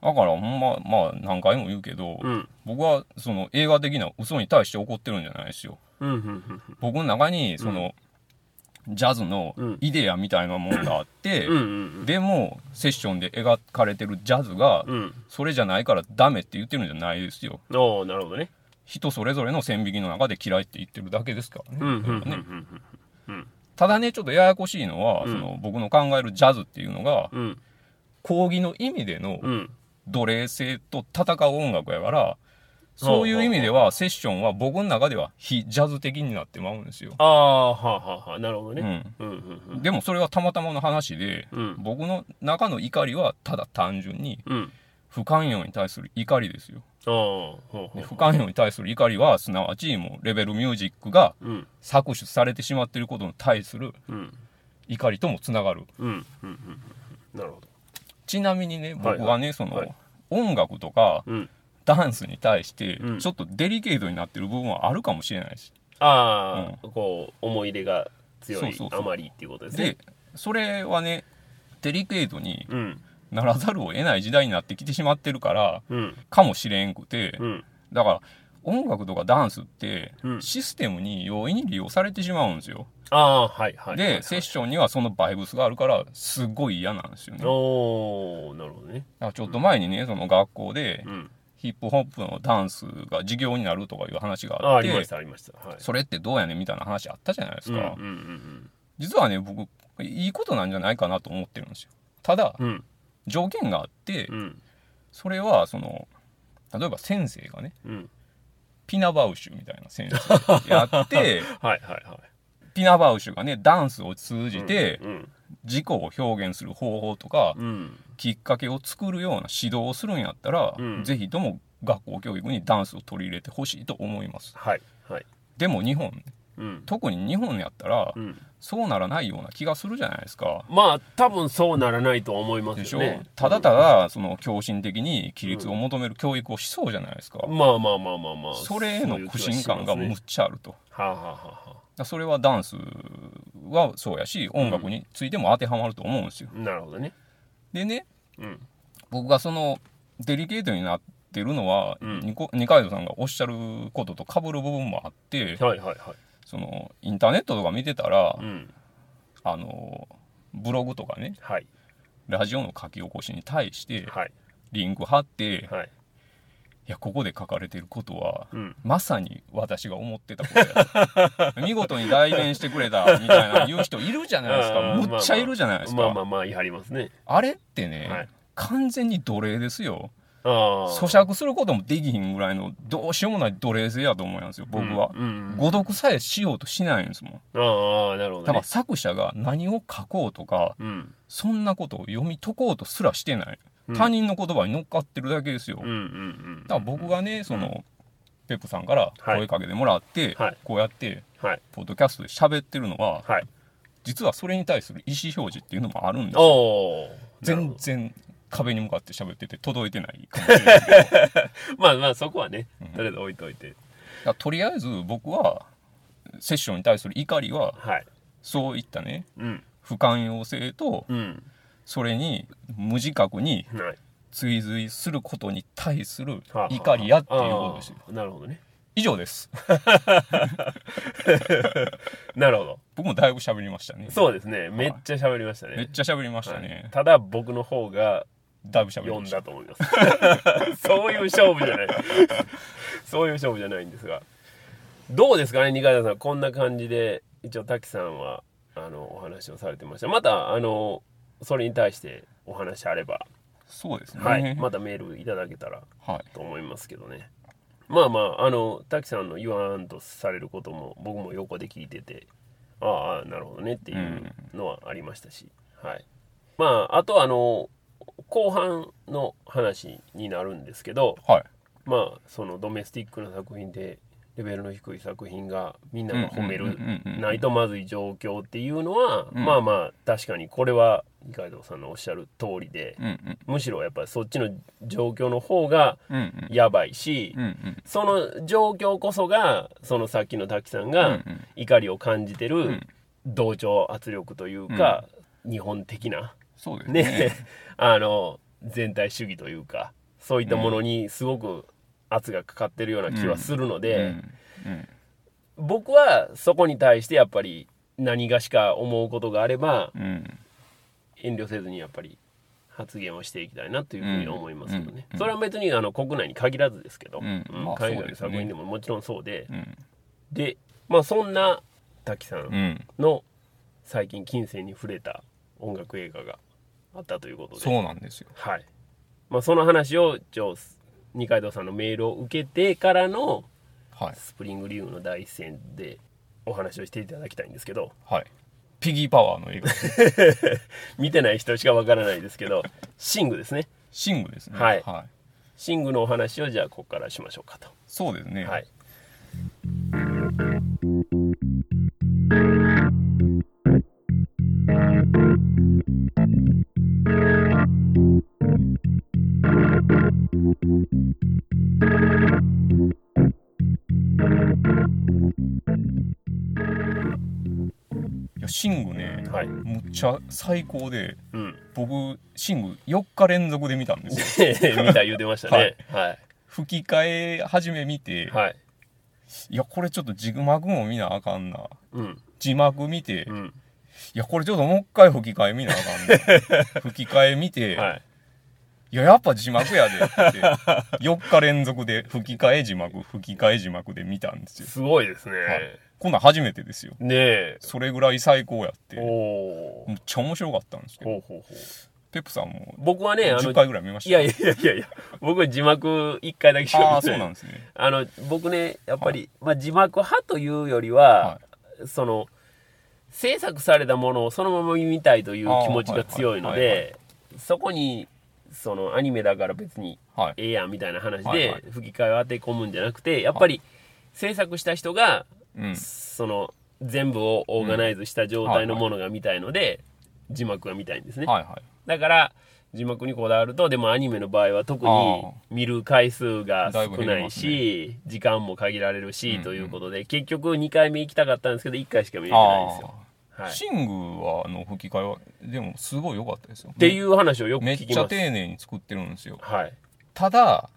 Speaker 2: だからほんま、まあ何回も言うけど、
Speaker 1: うんうん
Speaker 2: 僕はその映画的な嘘に対して怒ってるんじゃないですよ。
Speaker 1: うんうんうん
Speaker 2: 僕の中にその、ジャズの
Speaker 1: うん
Speaker 2: イデアみたいなものがあって、
Speaker 1: うんうん
Speaker 2: でもセッションで描かれてるジャズが、
Speaker 1: うんうん
Speaker 2: それじゃないからダメって言ってるんじゃないですよ。
Speaker 1: おおなるほどね
Speaker 2: 人それぞれの線引きの中で嫌いって言ってるだけですからね。
Speaker 1: うんうんうんうん
Speaker 2: それはね
Speaker 1: うん
Speaker 2: ただね、ちょっとややこしいのは、
Speaker 1: うん
Speaker 2: その僕の考えるジャズっていうのが、
Speaker 1: うん
Speaker 2: 抗議の意味での
Speaker 1: うん
Speaker 2: 奴隷制と戦う音楽やから、そういう意味ではセッションは僕の中では非ジャズ的になってまうんですよ。
Speaker 1: ああはあはあはあなるほど
Speaker 2: う
Speaker 1: ね
Speaker 2: ん。
Speaker 1: うんうん
Speaker 2: でもそれはたまたまの話で、
Speaker 1: うん
Speaker 2: 僕の中の怒りはただ単純に
Speaker 1: うんうん
Speaker 2: 不寛容に対する怒りですよ。
Speaker 1: ああほうほ
Speaker 2: で
Speaker 1: う
Speaker 2: 不寛容に対する怒りはすなわちもうレベルミュージックが
Speaker 1: うん
Speaker 2: 搾取されてしまっていることに対する
Speaker 1: うん
Speaker 2: 怒りともつながる。
Speaker 1: うんうんうんうんなるほど
Speaker 2: ちなみにね僕はね、
Speaker 1: は
Speaker 2: その、
Speaker 1: はい
Speaker 2: 音楽とか
Speaker 1: うん
Speaker 2: ダンスに対して
Speaker 1: うん
Speaker 2: ちょっとデリケートになってる部分はあるかもしれないです。
Speaker 1: ああこう思い入れが強い
Speaker 2: そうそうそう
Speaker 1: あまりっていうことですね
Speaker 2: でそれはねデリケートに
Speaker 1: うん
Speaker 2: ならざるを得ない時代になってきてしまってるから
Speaker 1: うん
Speaker 2: かもしれんくて、
Speaker 1: うん
Speaker 2: だから音楽とかダンスって
Speaker 1: うん
Speaker 2: システムに容易に利用されてしまうんですよ。
Speaker 1: ああはいはいはいは
Speaker 2: で
Speaker 1: い
Speaker 2: セッションにはそのバイブスがあるからすごい嫌なんですよね。だか
Speaker 1: おおなるほどね
Speaker 2: らちょっと前にねその学校で
Speaker 1: うん
Speaker 2: ヒップホップのダンスが授業になるとかいう話が
Speaker 1: ああ
Speaker 2: あっ
Speaker 1: ありま
Speaker 2: て
Speaker 1: したありましたはい
Speaker 2: それってどうやねんみたいな話あったじゃないですか、
Speaker 1: うんうん
Speaker 2: 実はね僕いいことなんじゃないかなと思ってるんですよただ
Speaker 1: うんうん
Speaker 2: 条件があって
Speaker 1: うん
Speaker 2: それはその例えば先生がね
Speaker 1: うん
Speaker 2: ピナバウシュみたいな先
Speaker 1: [LAUGHS]
Speaker 2: 生やって
Speaker 1: はいはいは
Speaker 2: ピナバウシュがねダンスを通じ
Speaker 1: い
Speaker 2: て
Speaker 1: うん
Speaker 2: 自己を表現する方法とか
Speaker 1: うん
Speaker 2: きっかけを作るような指導をするんやったら、
Speaker 1: うん
Speaker 2: ぜひとも学校教育にダンスを取り入れてほしいと思います
Speaker 1: はいはい
Speaker 2: でも日本
Speaker 1: うん
Speaker 2: 特に日本やったら、
Speaker 1: うん
Speaker 2: そうならないような気がするじゃないですか。
Speaker 1: まあ多分そうならないとは思いま
Speaker 2: でし
Speaker 1: すよ
Speaker 2: ょ、
Speaker 1: ね
Speaker 2: ただただその狂信的に規律を求める教育をしそうじゃないですか、
Speaker 1: まあまあまあまあまあ
Speaker 2: それへの不信感が
Speaker 1: そういう気はしますね
Speaker 2: むっちゃあるとだか
Speaker 1: はあはあはあは
Speaker 2: らそれはダンスはそうやし音楽についても当てはまると思うんですよ
Speaker 1: あなるほどね
Speaker 2: でね
Speaker 1: うん
Speaker 2: 僕がそのデリケートになってるのは、
Speaker 1: うん
Speaker 2: ニコ二階堂さんがおっしゃることと被る部分もあって
Speaker 1: はいはいはい
Speaker 2: そのインターネットとか見てたら、
Speaker 1: うん
Speaker 2: あのブログとかね
Speaker 1: はい
Speaker 2: ラジオの書き起こしに対して
Speaker 1: はい
Speaker 2: リンク貼って
Speaker 1: はい
Speaker 2: いやここで書かれてることは
Speaker 1: うん
Speaker 2: まさに私が思ってたこ
Speaker 1: [LAUGHS]
Speaker 2: とや見事に代弁してくれたみたいな言う人いるじゃないで
Speaker 1: [LAUGHS]
Speaker 2: す
Speaker 1: あ
Speaker 2: か
Speaker 1: ー
Speaker 2: むっちゃいるじゃないですか、
Speaker 1: まあまあまあ言い張りますね
Speaker 2: あれってね、
Speaker 1: はい
Speaker 2: 完全に奴隷ですよ
Speaker 1: ああ
Speaker 2: 咀嚼することもできひんぐらいのどうしようもない奴隷制やと思いますよ僕は
Speaker 1: う、んうん
Speaker 2: 誤読さえしようとしないんですも
Speaker 1: あ
Speaker 2: ん
Speaker 1: あなるほどね
Speaker 2: だから作者が何を書こうとか
Speaker 1: うん
Speaker 2: そんなことを読み解こうとすらしてない他人の言葉に乗っかってるだけですよ、
Speaker 1: うんう
Speaker 2: だ
Speaker 1: ん
Speaker 2: から僕がねそのペップさんから
Speaker 1: はい
Speaker 2: 声かけてもらって、
Speaker 1: はい
Speaker 2: こうやって
Speaker 1: うん。はい。
Speaker 2: ポッドキャストで喋ってるのは、
Speaker 1: はい。
Speaker 2: 実はそれに対する意思表示っていうのもあるんです
Speaker 1: お
Speaker 2: よ
Speaker 1: お。
Speaker 2: 全然壁に向かって喋ってて届いてないかもしれないけどだか
Speaker 1: まあまあそこはね、とりあえず置いといて。
Speaker 2: らとりあえず僕はセッションに対する怒りは
Speaker 1: はい。
Speaker 2: そういったね
Speaker 1: うん。
Speaker 2: 不寛容性と
Speaker 1: うん。
Speaker 2: それに無自覚に
Speaker 1: はい。
Speaker 2: 追随することに対する
Speaker 1: はあはあ
Speaker 2: 怒りやっていうことですよ
Speaker 1: あーなるほどね。
Speaker 2: 以上です [LAUGHS]
Speaker 1: なるほど。
Speaker 2: 僕もだいぶ喋りましたね
Speaker 1: そうですね。めっちゃ喋りましたね。
Speaker 2: めっちゃ喋りましたね、
Speaker 1: はいただ僕の方が
Speaker 2: だいぶ喋り
Speaker 1: 読ん
Speaker 2: ました
Speaker 1: だと思います [LAUGHS] そういう勝負じゃない [LAUGHS] そういう勝負じゃないんですがどうですかね二階堂さんこんな感じで一応滝さんはあのお話をされてましたまたあのそれに対してお話あれば、
Speaker 2: そうですね
Speaker 1: は、
Speaker 2: はいい、
Speaker 1: またメールいただけたら
Speaker 2: はい
Speaker 1: と思いますけどねまあまああの滝さんの言わんとされることも僕も横で聞いててああなるほどねっていうのはありましたし、はいまああとあの後半の話になるんですけどまあそのドメスティックな作品でレベルの低い作品がみんなが褒め
Speaker 2: うんう
Speaker 1: る
Speaker 2: んうんうんうん
Speaker 1: ないとまずい状況っていうのは、
Speaker 2: うん
Speaker 1: まあまあ確かにこれは二階堂さんのおっしゃる通りで、
Speaker 2: うんうん
Speaker 1: むしろやっぱりそっちの状況の方が
Speaker 2: うんうん
Speaker 1: やばいし、
Speaker 2: うんうん
Speaker 1: その状況こそがそのさっきの滝さん
Speaker 2: うんう
Speaker 1: が
Speaker 2: ん
Speaker 1: 怒りを感じて
Speaker 2: う
Speaker 1: る
Speaker 2: ん
Speaker 1: 同調圧力というか、日本的な
Speaker 2: そうですね [LAUGHS]
Speaker 1: ねあの全体主義というかそういったものにすごく圧がかかってるような気はするの
Speaker 2: うん
Speaker 1: で、
Speaker 2: うん
Speaker 1: 僕はそこに対してやっぱり何がしか思うことがあれば
Speaker 2: うん
Speaker 1: 遠慮せずにやっぱり発言をしていきたいなというふうに思いますけど
Speaker 2: うんうん
Speaker 1: ね、
Speaker 2: うん
Speaker 1: それは別にあの国内に限らずですけど、
Speaker 2: うん
Speaker 1: うん
Speaker 2: まあ
Speaker 1: 海外
Speaker 2: そうで
Speaker 1: の
Speaker 2: すね
Speaker 1: 作品でももちろんそうで、
Speaker 2: うん
Speaker 1: でまあそんな滝さ
Speaker 2: うんん
Speaker 1: の最近金星に触れた音楽映画があったということで
Speaker 2: そうなんですよ
Speaker 1: はい、まあ、その話を一応二階堂さんのメールを受けてからの
Speaker 2: はい
Speaker 1: スプリングリーグの第一戦でお話をしていただきたいんですけど
Speaker 2: はいピギーパワーの映画
Speaker 1: 見てない人しかわからないですけどシングですね
Speaker 2: シングですね
Speaker 1: はいシングのお話をじゃあここからしましょうかと
Speaker 2: そうですね
Speaker 1: はい
Speaker 2: いやシングね
Speaker 1: はい
Speaker 2: むっちゃ最高で
Speaker 1: うん [LAUGHS]
Speaker 2: 僕シング4日連続で見たんですよ
Speaker 1: 見た言うてましたねはい
Speaker 2: 吹き替え始め見て、
Speaker 1: はい、
Speaker 2: い、やこれちょっとジグマグも見なあかんな
Speaker 1: うん
Speaker 2: 字幕見て、
Speaker 1: う
Speaker 2: い
Speaker 1: ん
Speaker 2: やこれちょっともう一回吹き替え見なあかんな吹き替え見
Speaker 1: [LAUGHS]
Speaker 2: て、、
Speaker 1: はいい
Speaker 2: ややっぱ字幕やでって4日連続で吹き替え字幕吹き替え字幕で見たんですよ、
Speaker 1: すごいですね、
Speaker 2: はい、こんなん初めてですよ
Speaker 1: ねえ
Speaker 2: それぐらい最高やって
Speaker 1: おー
Speaker 2: むっちゃ面白かったんですけど
Speaker 1: ほうほうほう
Speaker 2: ペップさんも
Speaker 1: 僕はねあの
Speaker 2: 10回ぐらい見ました
Speaker 1: いやいやいやいや僕は字幕1回だけしか見てない
Speaker 2: ああそうなんですね
Speaker 1: あの僕ねやっぱり、まあ、字幕派というよりは
Speaker 2: は、
Speaker 1: その制作されたものをそのまま見たいという気持ちが強いの
Speaker 2: あーはいはい
Speaker 1: でそこにそのアニメだから別に
Speaker 2: はい
Speaker 1: ええやんみたいな話
Speaker 2: はいは
Speaker 1: で
Speaker 2: い
Speaker 1: 吹き替えを当て込むんじゃなくてやっぱり制作した人が
Speaker 2: うん
Speaker 1: その全部をオーガナイズした状態のものが見たいので字幕が見たいんですね。
Speaker 2: はいはい
Speaker 1: だから字幕にこだわるとでもアニメの場合は特
Speaker 2: あ
Speaker 1: に
Speaker 2: ー
Speaker 1: 見る回数が
Speaker 2: だい
Speaker 1: 少
Speaker 2: ぶ減
Speaker 1: な
Speaker 2: り
Speaker 1: い
Speaker 2: ます
Speaker 1: し、時間も限られるし、
Speaker 2: うん
Speaker 1: ということで結局2回目行きたかったんですけど1回しか見れてないんですよ
Speaker 2: あ。あ、
Speaker 1: はい、っ
Speaker 2: シングはあの吹き替えはでもすごい良かったですよ
Speaker 1: ていう話をよく
Speaker 2: め
Speaker 1: 聞き
Speaker 2: っちゃ
Speaker 1: ます。
Speaker 2: 丁寧に作ってるんですよ
Speaker 1: はい、
Speaker 2: ただ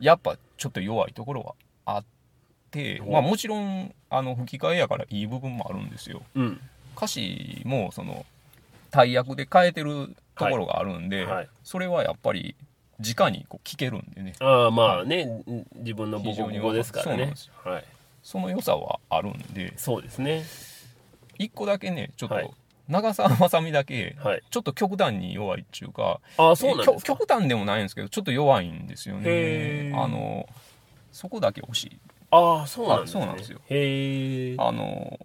Speaker 2: やっぱちょっと弱いところはあって、
Speaker 1: お
Speaker 2: まあ、もちろんあの吹き替えやからいい部分もあるんですよ
Speaker 1: うん
Speaker 2: 歌詞もその大役で変えてるところがあるんで、
Speaker 1: はいはい
Speaker 2: それはやっぱり直にこう聞けるんでね
Speaker 1: ああまあね、ん自分の母
Speaker 2: 非常
Speaker 1: 国
Speaker 2: に
Speaker 1: 語ですから
Speaker 2: そうなん
Speaker 1: ね
Speaker 2: ですよ。
Speaker 1: はい、
Speaker 2: その良さはあるんで
Speaker 1: そうですね。
Speaker 2: 一個だけねちょっ
Speaker 1: はい
Speaker 2: と長澤まさみだけ
Speaker 1: はい。
Speaker 2: ちょっと極端に弱いっていうか
Speaker 1: ああそうなんです
Speaker 2: きょ
Speaker 1: か。
Speaker 2: 極端でもないんですけどちょっと弱いんですよ
Speaker 1: へ
Speaker 2: ね
Speaker 1: ー
Speaker 2: あのそこだけ惜しい
Speaker 1: ああそうなんです、ね、
Speaker 2: あそうなんですよ
Speaker 1: へえ。
Speaker 2: あの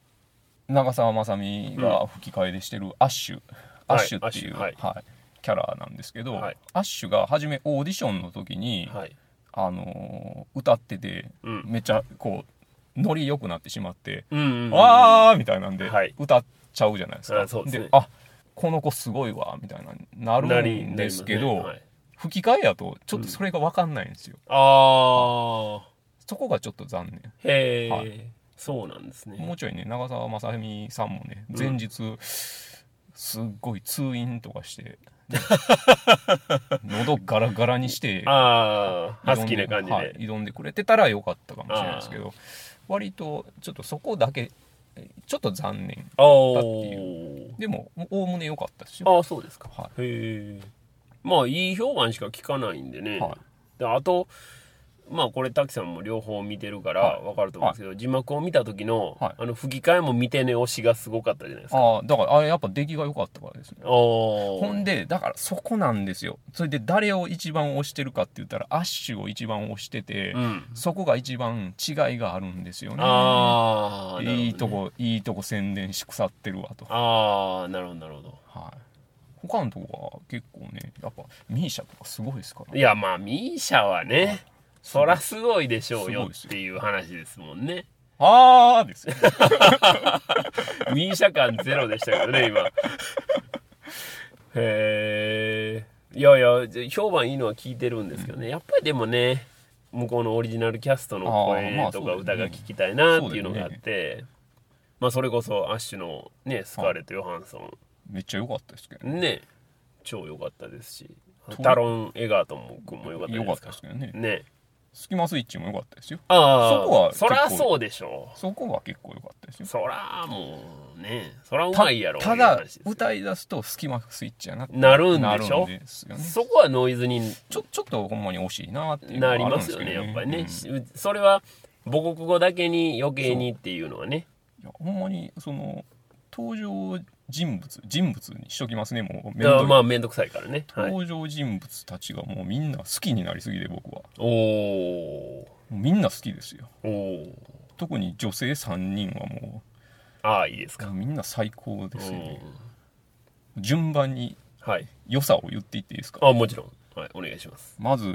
Speaker 2: 長澤まさみが吹き替えでしてる「アッシュ」
Speaker 1: はい
Speaker 2: アッシュ」っていう、
Speaker 1: アッシュはい
Speaker 2: はいキャラなんですけど、
Speaker 1: はい
Speaker 2: アッシュが初めオーディションの時に、
Speaker 1: はい
Speaker 2: あのー歌ってて、
Speaker 1: うん
Speaker 2: めっちゃこうノリ良くなってしまって
Speaker 1: うんうんう
Speaker 2: 「
Speaker 1: ん
Speaker 2: わー!」みたいなんで
Speaker 1: はい
Speaker 2: 歌っちゃうじゃないですか。
Speaker 1: あそうですね
Speaker 2: あこの子すごいわみたいなな
Speaker 1: な
Speaker 2: る
Speaker 1: り
Speaker 2: んですけ
Speaker 1: な
Speaker 2: ど、
Speaker 1: りますねはい
Speaker 2: 吹き替えやとちょっとそれが分かんないんですよ。
Speaker 1: あ
Speaker 2: そこがちょっと残念。
Speaker 1: ーへえ、
Speaker 2: はい
Speaker 1: そうなんですね
Speaker 2: もうちょいね長澤まさみさんもね
Speaker 1: ん
Speaker 2: 前日、すっごい通院と
Speaker 1: [LAUGHS]
Speaker 2: かして、ね喉ガラガラにして
Speaker 1: ああ
Speaker 2: 挑ん
Speaker 1: ハスキーな感じで、
Speaker 2: はい挑んでくれてたらよかったかもしれないですけど割とちょっとそこだけえちょっと残念
Speaker 1: お
Speaker 2: ってでもおおむね良かったですよ
Speaker 1: ああそうですか
Speaker 2: は
Speaker 1: へえまあいい評判しか聞かないんでね、
Speaker 2: は
Speaker 1: であとまあこれ滝さんも両方見てるから
Speaker 2: はい
Speaker 1: わかると思うんですけど、字幕を見た時の、
Speaker 2: はい
Speaker 1: あの吹き替えも見てね推しがすごかったじゃないですか
Speaker 2: ああだからあれやっぱ出来が良かったからですね
Speaker 1: お
Speaker 2: ほんでだからそこなんですよそれで誰を一番推してるかって言ったらアッシュを一番推してて、
Speaker 1: うん
Speaker 2: そこが一番違いがあるんですよね
Speaker 1: ああ、なるほどね
Speaker 2: いいとこいいとこ宣伝し腐ってるわと、
Speaker 1: ああなるほどなるほど
Speaker 2: はい、他のとこは結構ねやっぱミーシャとかすごいですから
Speaker 1: いやまあミーシャはねそらすごいでしょう
Speaker 2: すごい
Speaker 1: よ
Speaker 2: です
Speaker 1: っ
Speaker 2: よ
Speaker 1: ていう話ですもんね
Speaker 2: あーで
Speaker 1: [LAUGHS]
Speaker 2: すよ
Speaker 1: ミーシャ感ゼロでしたけどね
Speaker 2: [LAUGHS]
Speaker 1: 今へえいやいやじゃ評判いいのは聞いてるんですけどね、やっぱりでもね向こうのオリジナルキャストの
Speaker 2: あーま
Speaker 1: 声
Speaker 2: あ
Speaker 1: と
Speaker 2: そう
Speaker 1: か
Speaker 2: だよね
Speaker 1: 歌が聞きたいなっていうのがあって、まあそれこそアッシュのねスカーレット・ヨハンソン
Speaker 2: めっちゃ良かったですけどね
Speaker 1: ね超良かったですし
Speaker 2: と
Speaker 1: ダロン・エガートンも君も良かったじゃ
Speaker 2: 良
Speaker 1: ない
Speaker 2: か
Speaker 1: で
Speaker 2: っ
Speaker 1: す
Speaker 2: た
Speaker 1: か
Speaker 2: ですけどね
Speaker 1: ね
Speaker 2: スキマスイッチも良かったですよ
Speaker 1: ああ
Speaker 2: そこは
Speaker 1: そら
Speaker 2: 結構
Speaker 1: そうでしょ
Speaker 2: そこは結構良かったです
Speaker 1: う
Speaker 2: よ
Speaker 1: そらもうねそらうまいやろ
Speaker 2: たた
Speaker 1: いう
Speaker 2: だ
Speaker 1: 話ですよ
Speaker 2: 歌い出すとスキマスイッチやなって
Speaker 1: なるんでしょ
Speaker 2: なるんですよね
Speaker 1: そこはノイズに
Speaker 2: ちょちょっとほんまに惜しいなっていうのは
Speaker 1: なり
Speaker 2: あるん
Speaker 1: ま
Speaker 2: です
Speaker 1: よ
Speaker 2: すけど
Speaker 1: ね
Speaker 2: ね
Speaker 1: やっぱりね、
Speaker 2: うん
Speaker 1: しそれは母国語だけに余計にっていうのはね
Speaker 2: いやほんまにその登場人物人物にしときますねもう面倒
Speaker 1: あ
Speaker 2: い
Speaker 1: まあ面倒くさいからね、はい、
Speaker 2: 登場人物たちがもうみんな好きになりすぎで僕は
Speaker 1: おお
Speaker 2: もうみんな好きですよ
Speaker 1: ーおー
Speaker 2: 特に女性3人はも
Speaker 1: ああいいです
Speaker 2: う
Speaker 1: か、
Speaker 2: みんな最高ですよね
Speaker 1: うん
Speaker 2: 順番に
Speaker 1: はい
Speaker 2: 良さを言っていっていいですか
Speaker 1: あもちろんはいお願いします
Speaker 2: まず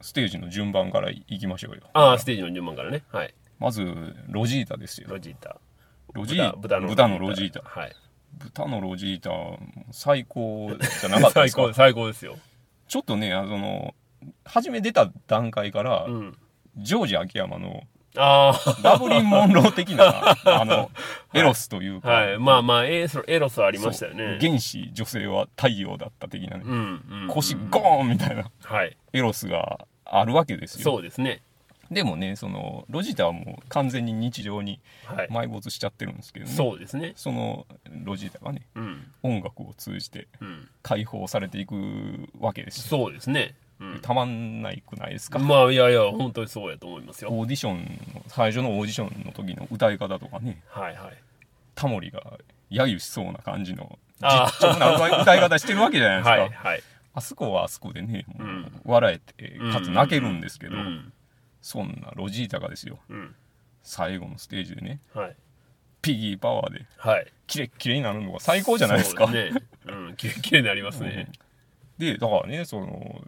Speaker 2: ステージの順番からいいきましょうよ
Speaker 1: ああステージの順番からねはい
Speaker 2: まずロジータですよ
Speaker 1: ロジータ
Speaker 2: ロジー
Speaker 1: 豚の
Speaker 2: 豚のロジータ
Speaker 1: はい
Speaker 2: 豚のロジータ最高じゃなかったで
Speaker 1: [LAUGHS] 最
Speaker 2: すか
Speaker 1: 高最高ですよ
Speaker 2: ちょっとねあの初め出た段階から、
Speaker 1: うん
Speaker 2: ジョージ秋山の
Speaker 1: あ
Speaker 2: ラブリン・モンロー的
Speaker 1: [LAUGHS]
Speaker 2: なあのエロスという
Speaker 1: あ
Speaker 2: か、
Speaker 1: はいまあまあエロスエロスあり
Speaker 2: そう
Speaker 1: ましたよね
Speaker 2: 原始女性は太陽だった的なね、
Speaker 1: うんうんうん
Speaker 2: 腰ゴーンみたいな
Speaker 1: はい
Speaker 2: エロスがあるわけですよ
Speaker 1: そうですね
Speaker 2: でもねそのロジタはもう完全に日常に
Speaker 1: はい、
Speaker 2: 埋没しちゃってるんですけどね
Speaker 1: そうですね
Speaker 2: そのロジタがね
Speaker 1: うん
Speaker 2: 音楽を通じて
Speaker 1: うん
Speaker 2: 解放されていくわけですよ
Speaker 1: そうですね、うん、
Speaker 2: たまんないくないですか、
Speaker 1: まあいやいや本当にそうやと思いますよ
Speaker 2: オーディションの最初のオーディションの時の歌い方とかね
Speaker 1: はいはい
Speaker 2: タモリが揶揄しそうな感じの
Speaker 1: あ
Speaker 2: ちょっとなんか歌い方してるわけじゃないですか、
Speaker 1: はいはい
Speaker 2: あそこはあそこでねもうん笑えてかつ泣けるんですけ
Speaker 1: う
Speaker 2: ど、
Speaker 1: ん
Speaker 2: そんなロジータがですよ
Speaker 1: うん
Speaker 2: 最後のステージでね
Speaker 1: はい
Speaker 2: ピギーパワーで
Speaker 1: はい
Speaker 2: キレッキレになるのが最高じゃないですか
Speaker 1: そうねうんキレッキレになりますね
Speaker 2: でだからねその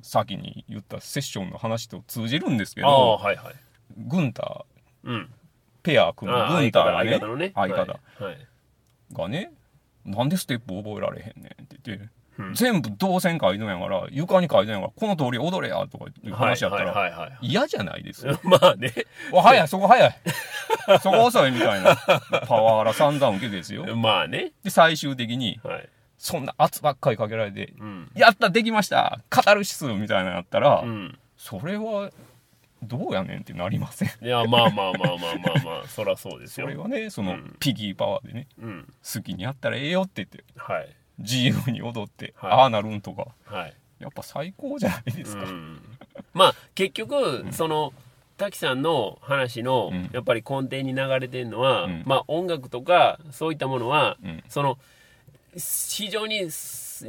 Speaker 2: 先に言ったセッションの話と通じるんですけ
Speaker 1: ああ
Speaker 2: ど
Speaker 1: はいはい
Speaker 2: グンター
Speaker 1: うん
Speaker 2: ペア組む
Speaker 1: ああ
Speaker 2: グン
Speaker 1: 相
Speaker 2: ター
Speaker 1: 方
Speaker 2: がね
Speaker 1: 相方のね
Speaker 2: 相方
Speaker 1: はいはい
Speaker 2: がねなんでステップ覚えられへんねんって言って、
Speaker 1: うん
Speaker 2: 全部動線書いてんやから床に書いてんやからこの通り踊れやとかいう話やったら、
Speaker 1: はいはいはいはい [LAUGHS]
Speaker 2: 嫌じゃないですか
Speaker 1: まあね
Speaker 2: わ早いそ
Speaker 1: [LAUGHS]
Speaker 2: こ早いそこ遅いみたいなパワハラ散々受けてですよ
Speaker 1: まあね
Speaker 2: で最終的に
Speaker 1: はい
Speaker 2: そんな圧ばっかりかけられて
Speaker 1: うん
Speaker 2: 「やったできましたカタルシス」みたいなのやったら、
Speaker 1: うん
Speaker 2: それはどうやねんってなりません
Speaker 1: いやまあまあまあまあまあまあそらそうです
Speaker 2: そ
Speaker 1: よ
Speaker 2: れはねそうの
Speaker 1: ん
Speaker 2: ピギーパワーでね
Speaker 1: うん
Speaker 2: 好きにやったらええよって言って
Speaker 1: はい
Speaker 2: 自由に踊って、
Speaker 1: はい
Speaker 2: ああなるんとか
Speaker 1: はい
Speaker 2: やっぱ最高じゃないですか、
Speaker 1: うん、まあ結局、その滝さんの話の
Speaker 2: うん
Speaker 1: やっぱり根底に流れてるのは、
Speaker 2: うん
Speaker 1: まあ音楽とかそういったものは、
Speaker 2: うん
Speaker 1: その非常に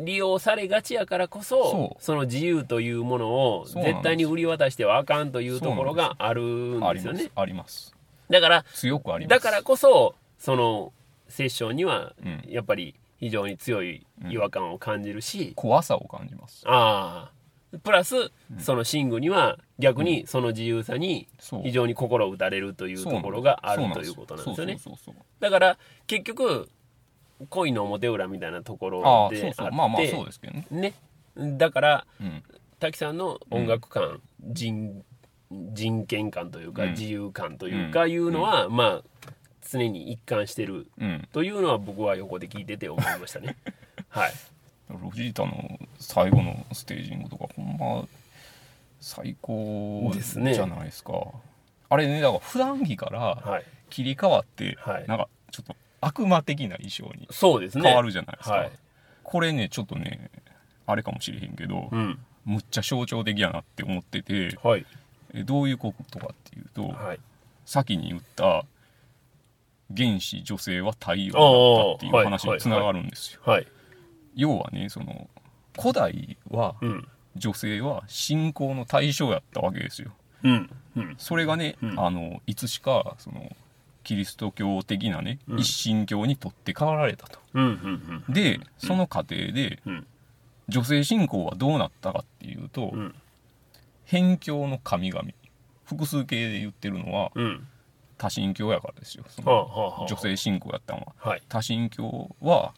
Speaker 1: 利用されがちやからこそ
Speaker 2: そう
Speaker 1: の自由というものを
Speaker 2: そうなんです
Speaker 1: 絶対に売り渡してはあかんというところがあるん
Speaker 2: あ
Speaker 1: で
Speaker 2: り
Speaker 1: すよ
Speaker 2: ま
Speaker 1: ね
Speaker 2: すあります
Speaker 1: だから
Speaker 2: 強くあります
Speaker 1: だからこそそのセッションには
Speaker 2: うん
Speaker 1: やっぱり非非常に強い違和感を感じるし、
Speaker 2: 怖さを感じます
Speaker 1: ああプラスそのシングには逆にその自由さに
Speaker 2: そう
Speaker 1: 非常に心を打たれるというところがあるということなんですよね
Speaker 2: そうそうそうそう
Speaker 1: だから結局恋の表裏みたいなところ
Speaker 2: ああそう
Speaker 1: で
Speaker 2: そ
Speaker 1: あ
Speaker 2: うまあま
Speaker 1: っ
Speaker 2: あそう
Speaker 1: て
Speaker 2: ですけどね
Speaker 1: ねだから
Speaker 2: うん
Speaker 1: 滝さんの音楽観、人人権観というか
Speaker 2: うん
Speaker 1: 自由観というかいうのは、まあ常に一貫してる
Speaker 2: うん
Speaker 1: というのは僕は横で聞いてて思いました
Speaker 2: [LAUGHS]
Speaker 1: ねはい
Speaker 2: ロジータの最後のステージングとかほんま最高
Speaker 1: ですね
Speaker 2: じゃないですかあれねだから普段着から
Speaker 1: はい
Speaker 2: 切り替わって、
Speaker 1: はい
Speaker 2: なんかちょっと悪魔的な衣装に
Speaker 1: そうですね
Speaker 2: 変わるじゃないですか、
Speaker 1: はい
Speaker 2: これねちょっとねあれかもしれへんけど、
Speaker 1: うん
Speaker 2: むっちゃ象徴的やなって思ってて
Speaker 1: はい
Speaker 2: えどういうことかっていうと、
Speaker 1: はい
Speaker 2: 先に言った原始女性は太陽だったっていう話につながるんですよ。
Speaker 1: はい
Speaker 2: 要はねその古代は
Speaker 1: うん
Speaker 2: 女性は信仰の対象やったわけですよ。
Speaker 1: うんうん
Speaker 2: それがね、
Speaker 1: うん
Speaker 2: あのいつしかそのキリスト教的なね、
Speaker 1: うん
Speaker 2: 一神教に取って代わられたと。
Speaker 1: うんうん
Speaker 2: でその過程で
Speaker 1: うんうん
Speaker 2: 女性信仰はどうなったかっていうと、
Speaker 1: うん
Speaker 2: 偏教の神々複数形で言ってるのは
Speaker 1: うん
Speaker 2: 多神教やからですよそ
Speaker 1: はあ
Speaker 2: の
Speaker 1: はあはあ
Speaker 2: 女性信仰やったのは。
Speaker 1: はい
Speaker 2: 多神教は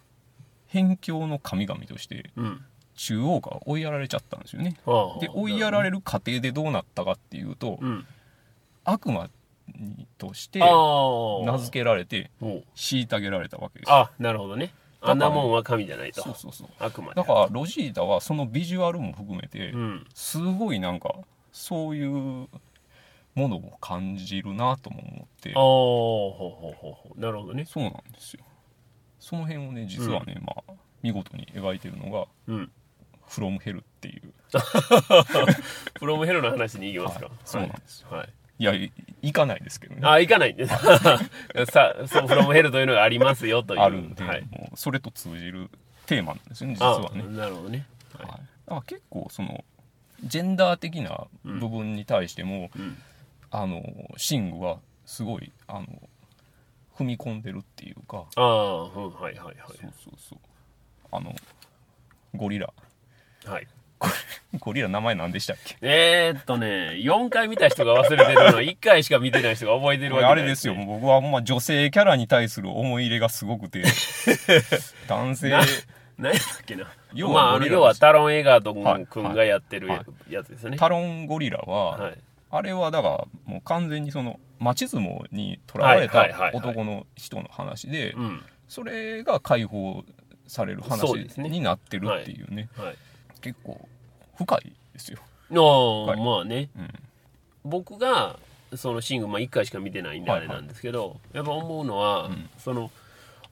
Speaker 2: 偏教の神々として
Speaker 1: うん
Speaker 2: 中央から追いやられちゃったんですよね。
Speaker 1: はあはあ
Speaker 2: で追いやられる過程でどうなったかっていうと
Speaker 1: うん
Speaker 2: 悪魔にとして
Speaker 1: ああ
Speaker 2: 名付けられて
Speaker 1: けおう
Speaker 2: 虐げられたわけですよ。
Speaker 1: あなるほどねあんなもんは神じゃないと
Speaker 2: そうそうそう
Speaker 1: あくまで
Speaker 2: だからロジータはそのビジュアルも含めて
Speaker 1: うん
Speaker 2: すごいなんかそういうものを感じるなとも思って
Speaker 1: ああほうほうほうほうなるほどね
Speaker 2: そうなんですよ。その辺をね実はね、まあ見事に描いてるのが
Speaker 1: うん
Speaker 2: 「フロムヘルっていう
Speaker 1: プロムヘロの話に行きますか
Speaker 2: はいそうなんです
Speaker 1: はいはい
Speaker 2: いやい行かないですけどね
Speaker 1: あ行かない [LAUGHS] んですさあそうプロムヘルというのがありますよという
Speaker 2: あるんで、
Speaker 1: はい
Speaker 2: もうそれと通じるテーマなんですよね実
Speaker 1: あ
Speaker 2: はね。
Speaker 1: なるほどね
Speaker 2: は
Speaker 1: はいい
Speaker 2: だから結構そのジェンダー的な部分に対しても、
Speaker 1: うん
Speaker 2: あのシングはすごいあの踏み込んでるっていうか
Speaker 1: ああうんはいはいはい
Speaker 2: そうそうそうあのゴリラ
Speaker 1: はい。
Speaker 2: ゴリラ名前何でしたっけ
Speaker 1: えー、っとね、4回見た人が忘れてるのは1回しか見てない人が覚えてるわけ
Speaker 2: あれ
Speaker 1: ない
Speaker 2: ですよもう僕はほんま女性キャラに対する思い入れがす
Speaker 1: [LAUGHS]
Speaker 2: ごくて男性
Speaker 1: な何やったっけな。
Speaker 2: 要は
Speaker 1: まあ、あ
Speaker 2: ゴ
Speaker 1: の
Speaker 2: リラです
Speaker 1: 要はタロン・エガート
Speaker 2: はい
Speaker 1: ン君がやってる
Speaker 2: は
Speaker 1: ややつですね。
Speaker 2: タロンゴリラは、
Speaker 1: はい。
Speaker 2: あれはだからもう完全にその町相撲に囚わ
Speaker 1: は
Speaker 2: れ
Speaker 1: いはいは
Speaker 2: た
Speaker 1: いはい
Speaker 2: 男の人の話で
Speaker 1: うん。
Speaker 2: それが解放される話
Speaker 1: そうですね
Speaker 2: になってるっていうね
Speaker 1: はい。
Speaker 2: 結構深いですよ。
Speaker 1: の、
Speaker 2: はい
Speaker 1: まあね、
Speaker 2: うん
Speaker 1: 僕が、そのシング、まあ1回しか見てないんで
Speaker 2: は
Speaker 1: あ
Speaker 2: いは
Speaker 1: れ
Speaker 2: い
Speaker 1: なんですけど、やっぱ思うのは、
Speaker 2: うん
Speaker 1: その、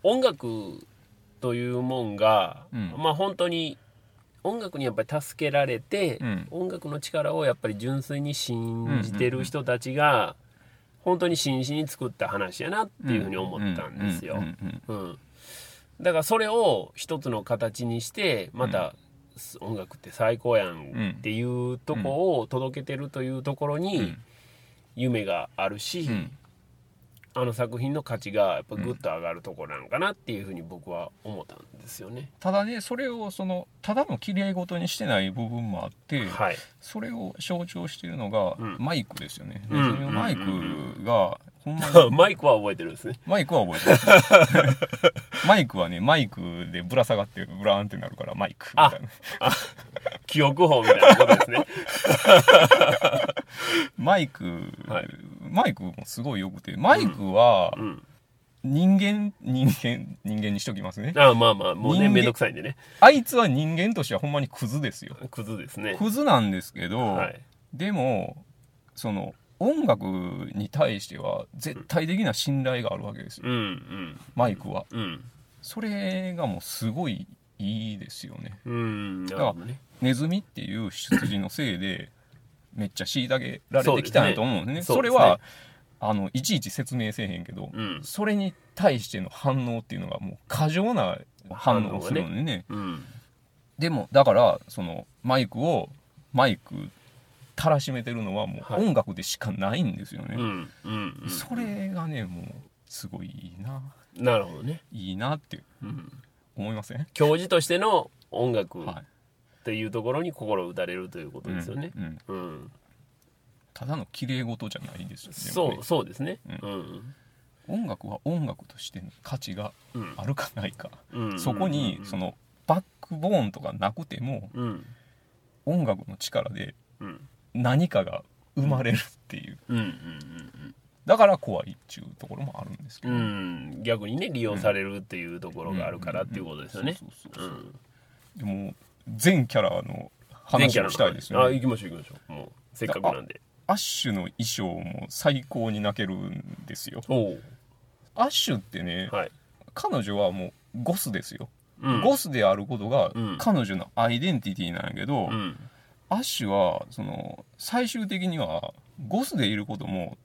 Speaker 1: 音楽というもんが、
Speaker 2: うん
Speaker 1: まあ本当に、音楽にやっぱり助けられて、
Speaker 2: うん
Speaker 1: 音楽の力をやっぱり純粋に信じてる人たちが本当に真摯に作った話やなっていうふうに思ったんです
Speaker 2: う
Speaker 1: よ
Speaker 2: う。うん
Speaker 1: うん、だからそれを一つの形にしてまた音楽って最高やんっていうとこを届けてるというところ
Speaker 2: う
Speaker 1: に
Speaker 2: ん
Speaker 1: 夢があるし、
Speaker 2: うん
Speaker 1: あの作品の価値がやっぱグッと上がるところなのかなっていうふうに僕は思ったんですよね。
Speaker 2: ただねそれをそのただの綺麗事にしてない部分もあって
Speaker 1: はい、 [LAUGHS]
Speaker 2: それを象徴しているのが
Speaker 1: うん
Speaker 2: マイクですよね。
Speaker 1: うん
Speaker 2: ネズミのマイクがほんまに
Speaker 1: [LAUGHS] マイクは覚えてるんです
Speaker 2: [LAUGHS]
Speaker 1: ね。
Speaker 2: マイクは覚えてるマイクはねマイクでぶら下がってブラーンってなるからマイクみたいな
Speaker 1: 記憶法みたいなことですね。
Speaker 2: マイク、
Speaker 1: はい
Speaker 2: マイクもすごいよくてマイクは
Speaker 1: うん
Speaker 2: 人間、人間人間にしときますね
Speaker 1: ああまあまあもうね
Speaker 2: 人間
Speaker 1: めんどくさいんでね
Speaker 2: あいつは人間としてはほんまにクズですよ
Speaker 1: クズですね
Speaker 2: クズなんですけど、
Speaker 1: はい
Speaker 2: でもその音楽に対しては絶対的な信頼があるわけですよ
Speaker 1: うんうん
Speaker 2: マイクは
Speaker 1: うん
Speaker 2: それがもうすごいいいですよね
Speaker 1: うんな
Speaker 2: だ
Speaker 1: る
Speaker 2: か
Speaker 1: ほど
Speaker 2: ら
Speaker 1: ね
Speaker 2: ネズミっていう出自のせいでめっちゃ虐げられてきたんやと思うんですねそ
Speaker 1: そう
Speaker 2: れ
Speaker 1: ですね
Speaker 2: はあのいちいち説明せえへんけど、
Speaker 1: うん
Speaker 2: それに対しての反応っていうのがもう過剰な反応をするのねね
Speaker 1: うん
Speaker 2: でもだからそのマイクをマイクたらしめてるのはも
Speaker 1: は
Speaker 2: う
Speaker 1: い
Speaker 2: 音楽でしかないんですよね、
Speaker 1: うんうんうん
Speaker 2: それがねもうすごいいいな
Speaker 1: なるほどね
Speaker 2: いいなって
Speaker 1: うん
Speaker 2: 思いません
Speaker 1: 教授としての音楽
Speaker 2: は
Speaker 1: というところに心を打たれるということ
Speaker 2: い、
Speaker 1: ですよね。
Speaker 2: うんうん
Speaker 1: うん
Speaker 2: ただの綺麗事じゃないですよね
Speaker 1: そうそうですね。
Speaker 2: う
Speaker 1: うん
Speaker 2: 音楽は音楽としての価値が
Speaker 1: うん
Speaker 2: あるかないか、
Speaker 1: うん
Speaker 2: そこにそのバックボーンとかなくても
Speaker 1: うん
Speaker 2: 音楽の力で
Speaker 1: うん
Speaker 2: 何かが生まれるっていう
Speaker 1: うん
Speaker 2: だから怖いっていうところもあるんですけ
Speaker 1: うんう
Speaker 2: ど、
Speaker 1: んうん逆にね利用されるっていうところがあるからっていうことですよね
Speaker 2: そ。うそ
Speaker 1: う
Speaker 2: うそうそうんでも全キャラの話をしたいですよ
Speaker 1: あ
Speaker 2: ね
Speaker 1: 行きましょう行きましょう。もうせっかくなんで。
Speaker 2: アッシュの衣装も最高に泣けるんですよ
Speaker 1: おう
Speaker 2: アッシュってね、
Speaker 1: はい。
Speaker 2: 彼女はもうゴスですよ、
Speaker 1: うん
Speaker 2: ゴスであることが
Speaker 1: うん
Speaker 2: 彼女のアイデンティティなんやけど、
Speaker 1: うん
Speaker 2: アッシュはその最終的にはゴスでいることも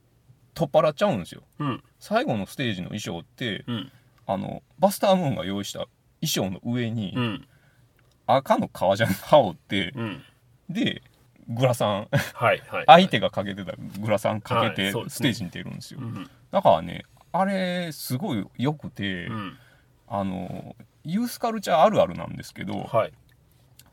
Speaker 2: 取っ払っちゃうんですよ
Speaker 1: うん
Speaker 2: 最後のステージの衣装って
Speaker 1: うん
Speaker 2: あのバスタームーンが用意した衣装の上に、
Speaker 1: うん
Speaker 2: 赤の革ジャン羽織って
Speaker 1: うん
Speaker 2: でグラサン
Speaker 1: はいはい。
Speaker 2: 相手がかけてたグラサンかけ
Speaker 1: は
Speaker 2: て
Speaker 1: いそうです
Speaker 2: ス
Speaker 1: ね
Speaker 2: テージに出るんですよ、
Speaker 1: うん
Speaker 2: だからねあれすごい良くて、
Speaker 1: うん
Speaker 2: あのユースカルチャーあるあるなんですけど、
Speaker 1: はい。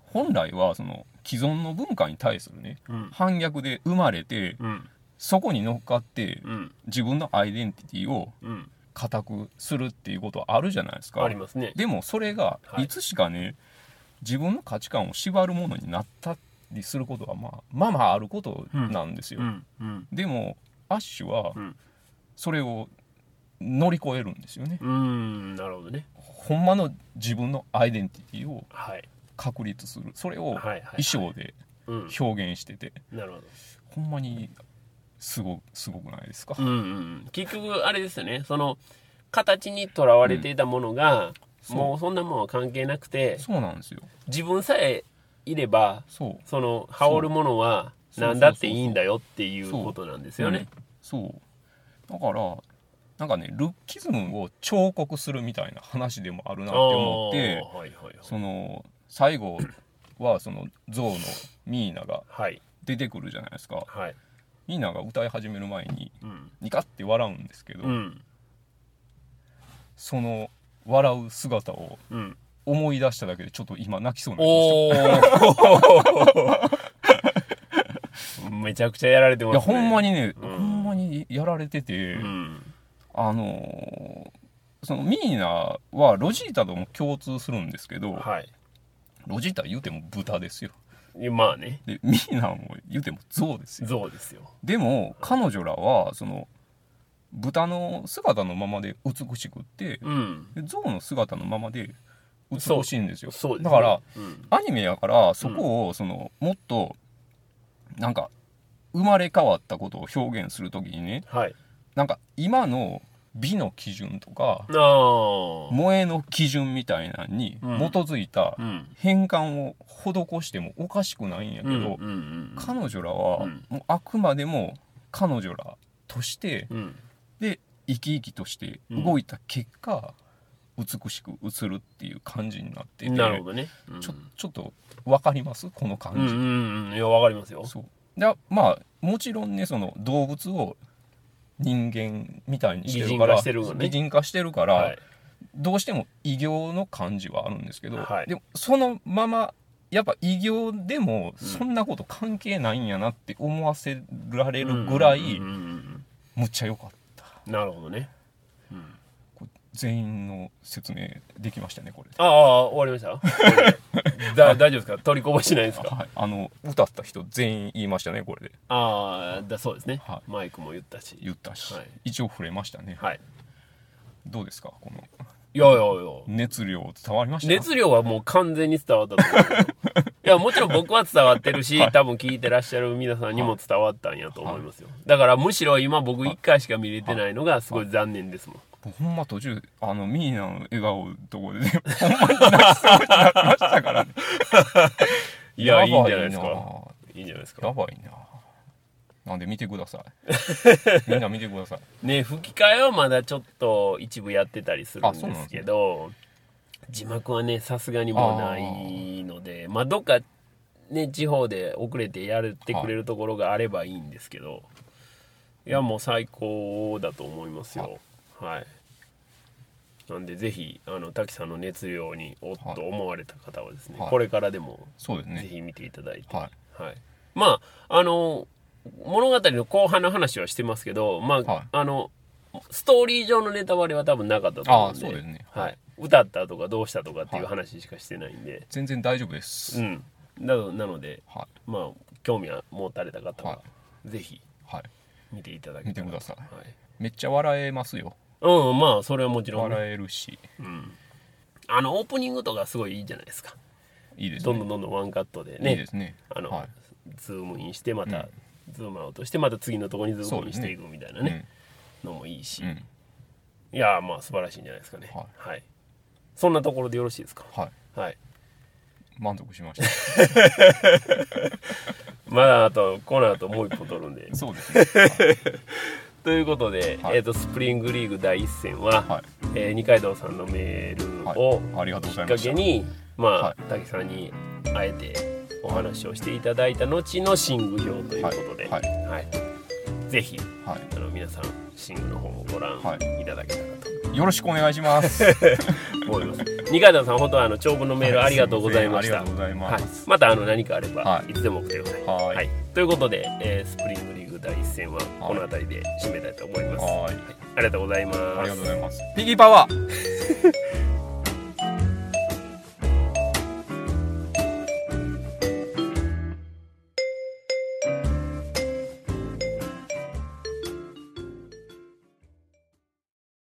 Speaker 2: 本来はその既存の文化に対するね
Speaker 1: うん
Speaker 2: 反逆で生まれて
Speaker 1: うん
Speaker 2: そこに乗っかって
Speaker 1: うん
Speaker 2: 自分のアイデンティティを
Speaker 1: うん
Speaker 2: 固くするっていうことはあるじゃないですか
Speaker 1: ありますね。
Speaker 2: でもそれが
Speaker 1: はい
Speaker 2: いつしかね、自分の価値観を縛るものになったりすることはまあまあまああることなんですよ、
Speaker 1: うんうん
Speaker 2: でもアッシュは
Speaker 1: うん
Speaker 2: それを乗り越えるんですよね
Speaker 1: うんなるほどね。
Speaker 2: ほんまの自分のアイデンティティを
Speaker 1: はい
Speaker 2: 確立するそれ
Speaker 1: は
Speaker 2: を
Speaker 1: いはい。
Speaker 2: 衣装で
Speaker 1: うん
Speaker 2: 表現してて、
Speaker 1: なるほど。
Speaker 2: ほんまにすごすごくないですか、
Speaker 1: うんうんうん、結局あれですよねその形にとらわれていたものが、
Speaker 2: そう
Speaker 1: もうそんなもんは関係なくて
Speaker 2: そうなんですよ
Speaker 1: 自分さえいれば
Speaker 2: そう
Speaker 1: その羽織るものは
Speaker 2: そう
Speaker 1: 何だっていいんだよっていうことなんですよね。
Speaker 2: そうだからなんかねルッキズムを彫刻するみたいな話でもあるなって思って
Speaker 1: あーはいはいは
Speaker 2: そ
Speaker 1: い
Speaker 2: の最後はその象のミーナが
Speaker 1: はい
Speaker 2: 出てくるじゃないですか
Speaker 1: はい
Speaker 2: ミーナが歌い始める前に
Speaker 1: うん
Speaker 2: ニカって笑うんですけど、
Speaker 1: うん
Speaker 2: その笑う姿を
Speaker 1: うん
Speaker 2: 思い出しただけでちょっと今泣きそうになりました
Speaker 1: おー [LAUGHS] めちゃくちゃやられて
Speaker 2: い
Speaker 1: ま
Speaker 2: や
Speaker 1: すね
Speaker 2: ほんまにね、
Speaker 1: うん
Speaker 2: ほんまにやられてて、
Speaker 1: うん
Speaker 2: あのーそのミーナはロジータとも共通するんですけど、
Speaker 1: はい
Speaker 2: ロジータ言うても豚ですよ
Speaker 1: まあね
Speaker 2: でミーナも言うても象ですよ
Speaker 1: 象ですよ
Speaker 2: でも彼女らはその豚の姿のままで美しくって
Speaker 1: うん
Speaker 2: で象の姿のままで美しいんですよ
Speaker 1: そうです、
Speaker 2: だから、
Speaker 1: うん、
Speaker 2: アニメやからそこをそのもっとなんか生まれ変わったことを表現するときにね
Speaker 1: はい
Speaker 2: なんか今の美の基準とか
Speaker 1: ああ
Speaker 2: 萌えの基準みたいなのに基
Speaker 1: うん
Speaker 2: づいた
Speaker 1: うん
Speaker 2: 変換を施してもおかしくないんやけど、
Speaker 1: うんうん
Speaker 2: 彼女らは
Speaker 1: うん
Speaker 2: もうあくまでも彼女らとして
Speaker 1: うん
Speaker 2: で生き生きとして
Speaker 1: うん
Speaker 2: 動いた結果、美しく映るっていう感じになってて
Speaker 1: なるほどね、うん、
Speaker 2: ちょちょっと分かりますこの
Speaker 1: うん
Speaker 2: 感
Speaker 1: う
Speaker 2: じ。
Speaker 1: んうんいやわかりますよ
Speaker 2: そうだまあもちろんねその動物を人間みたいにしてるか
Speaker 1: 擬人化
Speaker 2: ら
Speaker 1: してるよね
Speaker 2: 擬人化してるから、
Speaker 1: はい
Speaker 2: どうしても異形の感じはあるんですけど、
Speaker 1: はい
Speaker 2: でもそのままやっぱ異形でもそんなこと関係ないんやなって思わせられるぐらい
Speaker 1: うんうんうん
Speaker 2: むっちゃ良かった
Speaker 1: うんなるほどね
Speaker 2: これ全員の説明できましたねこれで
Speaker 1: ああ終わりましたこ [LAUGHS] れでだ大丈夫ですか取りこぼしないですか
Speaker 2: はい、あの歌った人全員言いましたねこれで
Speaker 1: ああだそうですね、
Speaker 2: はい
Speaker 1: マイクも言ったし
Speaker 2: 言ったし、
Speaker 1: はい
Speaker 2: 一応触れましたね、
Speaker 1: はい
Speaker 2: どうですかこの
Speaker 1: いやいやいや
Speaker 2: 熱量伝わりました
Speaker 1: 熱量はもう完全に伝わったと思 [LAUGHS] うよいやもちろん僕は伝わってるし、多分聞いてらっしゃる皆さんにも伝わったんやと思いますよ、だからむしろ今僕1回しか見れてないのがすごい残念ですもん
Speaker 2: ほんま途中、あの、ミーナの笑顔のとこでね、ほんまに泣きそうになりましたからね。
Speaker 1: いやい
Speaker 2: ば
Speaker 1: いんじゃないですか
Speaker 2: や
Speaker 1: いいんじゃないですか
Speaker 2: ばいななんで見てく
Speaker 1: [LAUGHS]
Speaker 2: ださい。みんな見てください。
Speaker 1: ね吹き替えはまだちょっと一部やってたりするんですけど字幕はねさすがにもうないのでまあどっかね地方で遅れてやってくれるところがあればいいんですけどいやもう最高だと思いますよはいなんでぜひあの滝さんの熱量におっと思われた方はですね、
Speaker 2: はい
Speaker 1: これからでも
Speaker 2: そうです
Speaker 1: ぜ
Speaker 2: ね
Speaker 1: ひ見ていただいて、
Speaker 2: はい
Speaker 1: はい、まああの物語の後半の話はしてますけど、まあ
Speaker 2: はい
Speaker 1: あのストーリー上のネタバレは多分なかったと思うんで
Speaker 2: ああそうですね
Speaker 1: は
Speaker 2: はいい、
Speaker 1: 歌ったとかどうしたとかっていう話しかしてないんで、
Speaker 2: 全然大丈夫です、
Speaker 1: うん、なのなので、
Speaker 2: は
Speaker 1: まあ、興味は持たれた方は
Speaker 2: は
Speaker 1: ぜひ
Speaker 2: いはい
Speaker 1: 見ていただき
Speaker 2: 見
Speaker 1: た
Speaker 2: て
Speaker 1: い、
Speaker 2: く
Speaker 1: はい
Speaker 2: ださいめっちゃ笑えますよ
Speaker 1: うん、まあそれはもちろんね、
Speaker 2: 笑えるし
Speaker 1: あのオープニングとかすごいいいじゃないですか
Speaker 2: いいです
Speaker 1: どん
Speaker 2: ね
Speaker 1: どんどんどんワンカットでね
Speaker 2: いいですね
Speaker 1: あの、
Speaker 2: はい
Speaker 1: ズームインしてまた、ズームアウトしてまた次のところにズー
Speaker 2: そう
Speaker 1: ムイン
Speaker 2: で
Speaker 1: し
Speaker 2: す
Speaker 1: て
Speaker 2: ね
Speaker 1: いくみたいなねのもいいし、
Speaker 2: うん、う
Speaker 1: い
Speaker 2: ん、
Speaker 1: やーまあ素晴らしいんじゃないですかね
Speaker 2: は
Speaker 1: はい、そんなところでよろしいですか
Speaker 2: はい
Speaker 1: はい
Speaker 2: 満足しました
Speaker 1: [LAUGHS] まだあとこの後もう一本取るんで
Speaker 2: そうですね
Speaker 1: ということで、
Speaker 2: はい
Speaker 1: えー、とスプリングリーグ第一戦は、
Speaker 2: はい
Speaker 1: えー二階堂さんのメールを、
Speaker 2: はいありがとうござい
Speaker 1: きっ
Speaker 2: ま
Speaker 1: か
Speaker 2: した
Speaker 1: けにまあ、
Speaker 2: はい
Speaker 1: 滝さんに会えてお話をしていただいた後の寝具表ということで、
Speaker 2: はい
Speaker 1: はいぜひ
Speaker 2: は
Speaker 1: あの皆さん寝具の方もご覧
Speaker 2: はい
Speaker 1: いただけたら
Speaker 2: いよろしくお願いします
Speaker 1: と思います、二階堂さん本当はあの長文のメールありがとうございました、
Speaker 2: [LAUGHS] ありがとうございま
Speaker 1: はい
Speaker 2: す、、
Speaker 1: またあの何かあれば、、
Speaker 2: はいい
Speaker 1: つでも送ってください。
Speaker 2: はい
Speaker 1: ということで、えースプリングリーグ第一戦はこの辺りで締めたいと思います。
Speaker 2: は
Speaker 1: あ
Speaker 2: い
Speaker 1: りがとうございます。
Speaker 2: ありがとうございますピギーパワー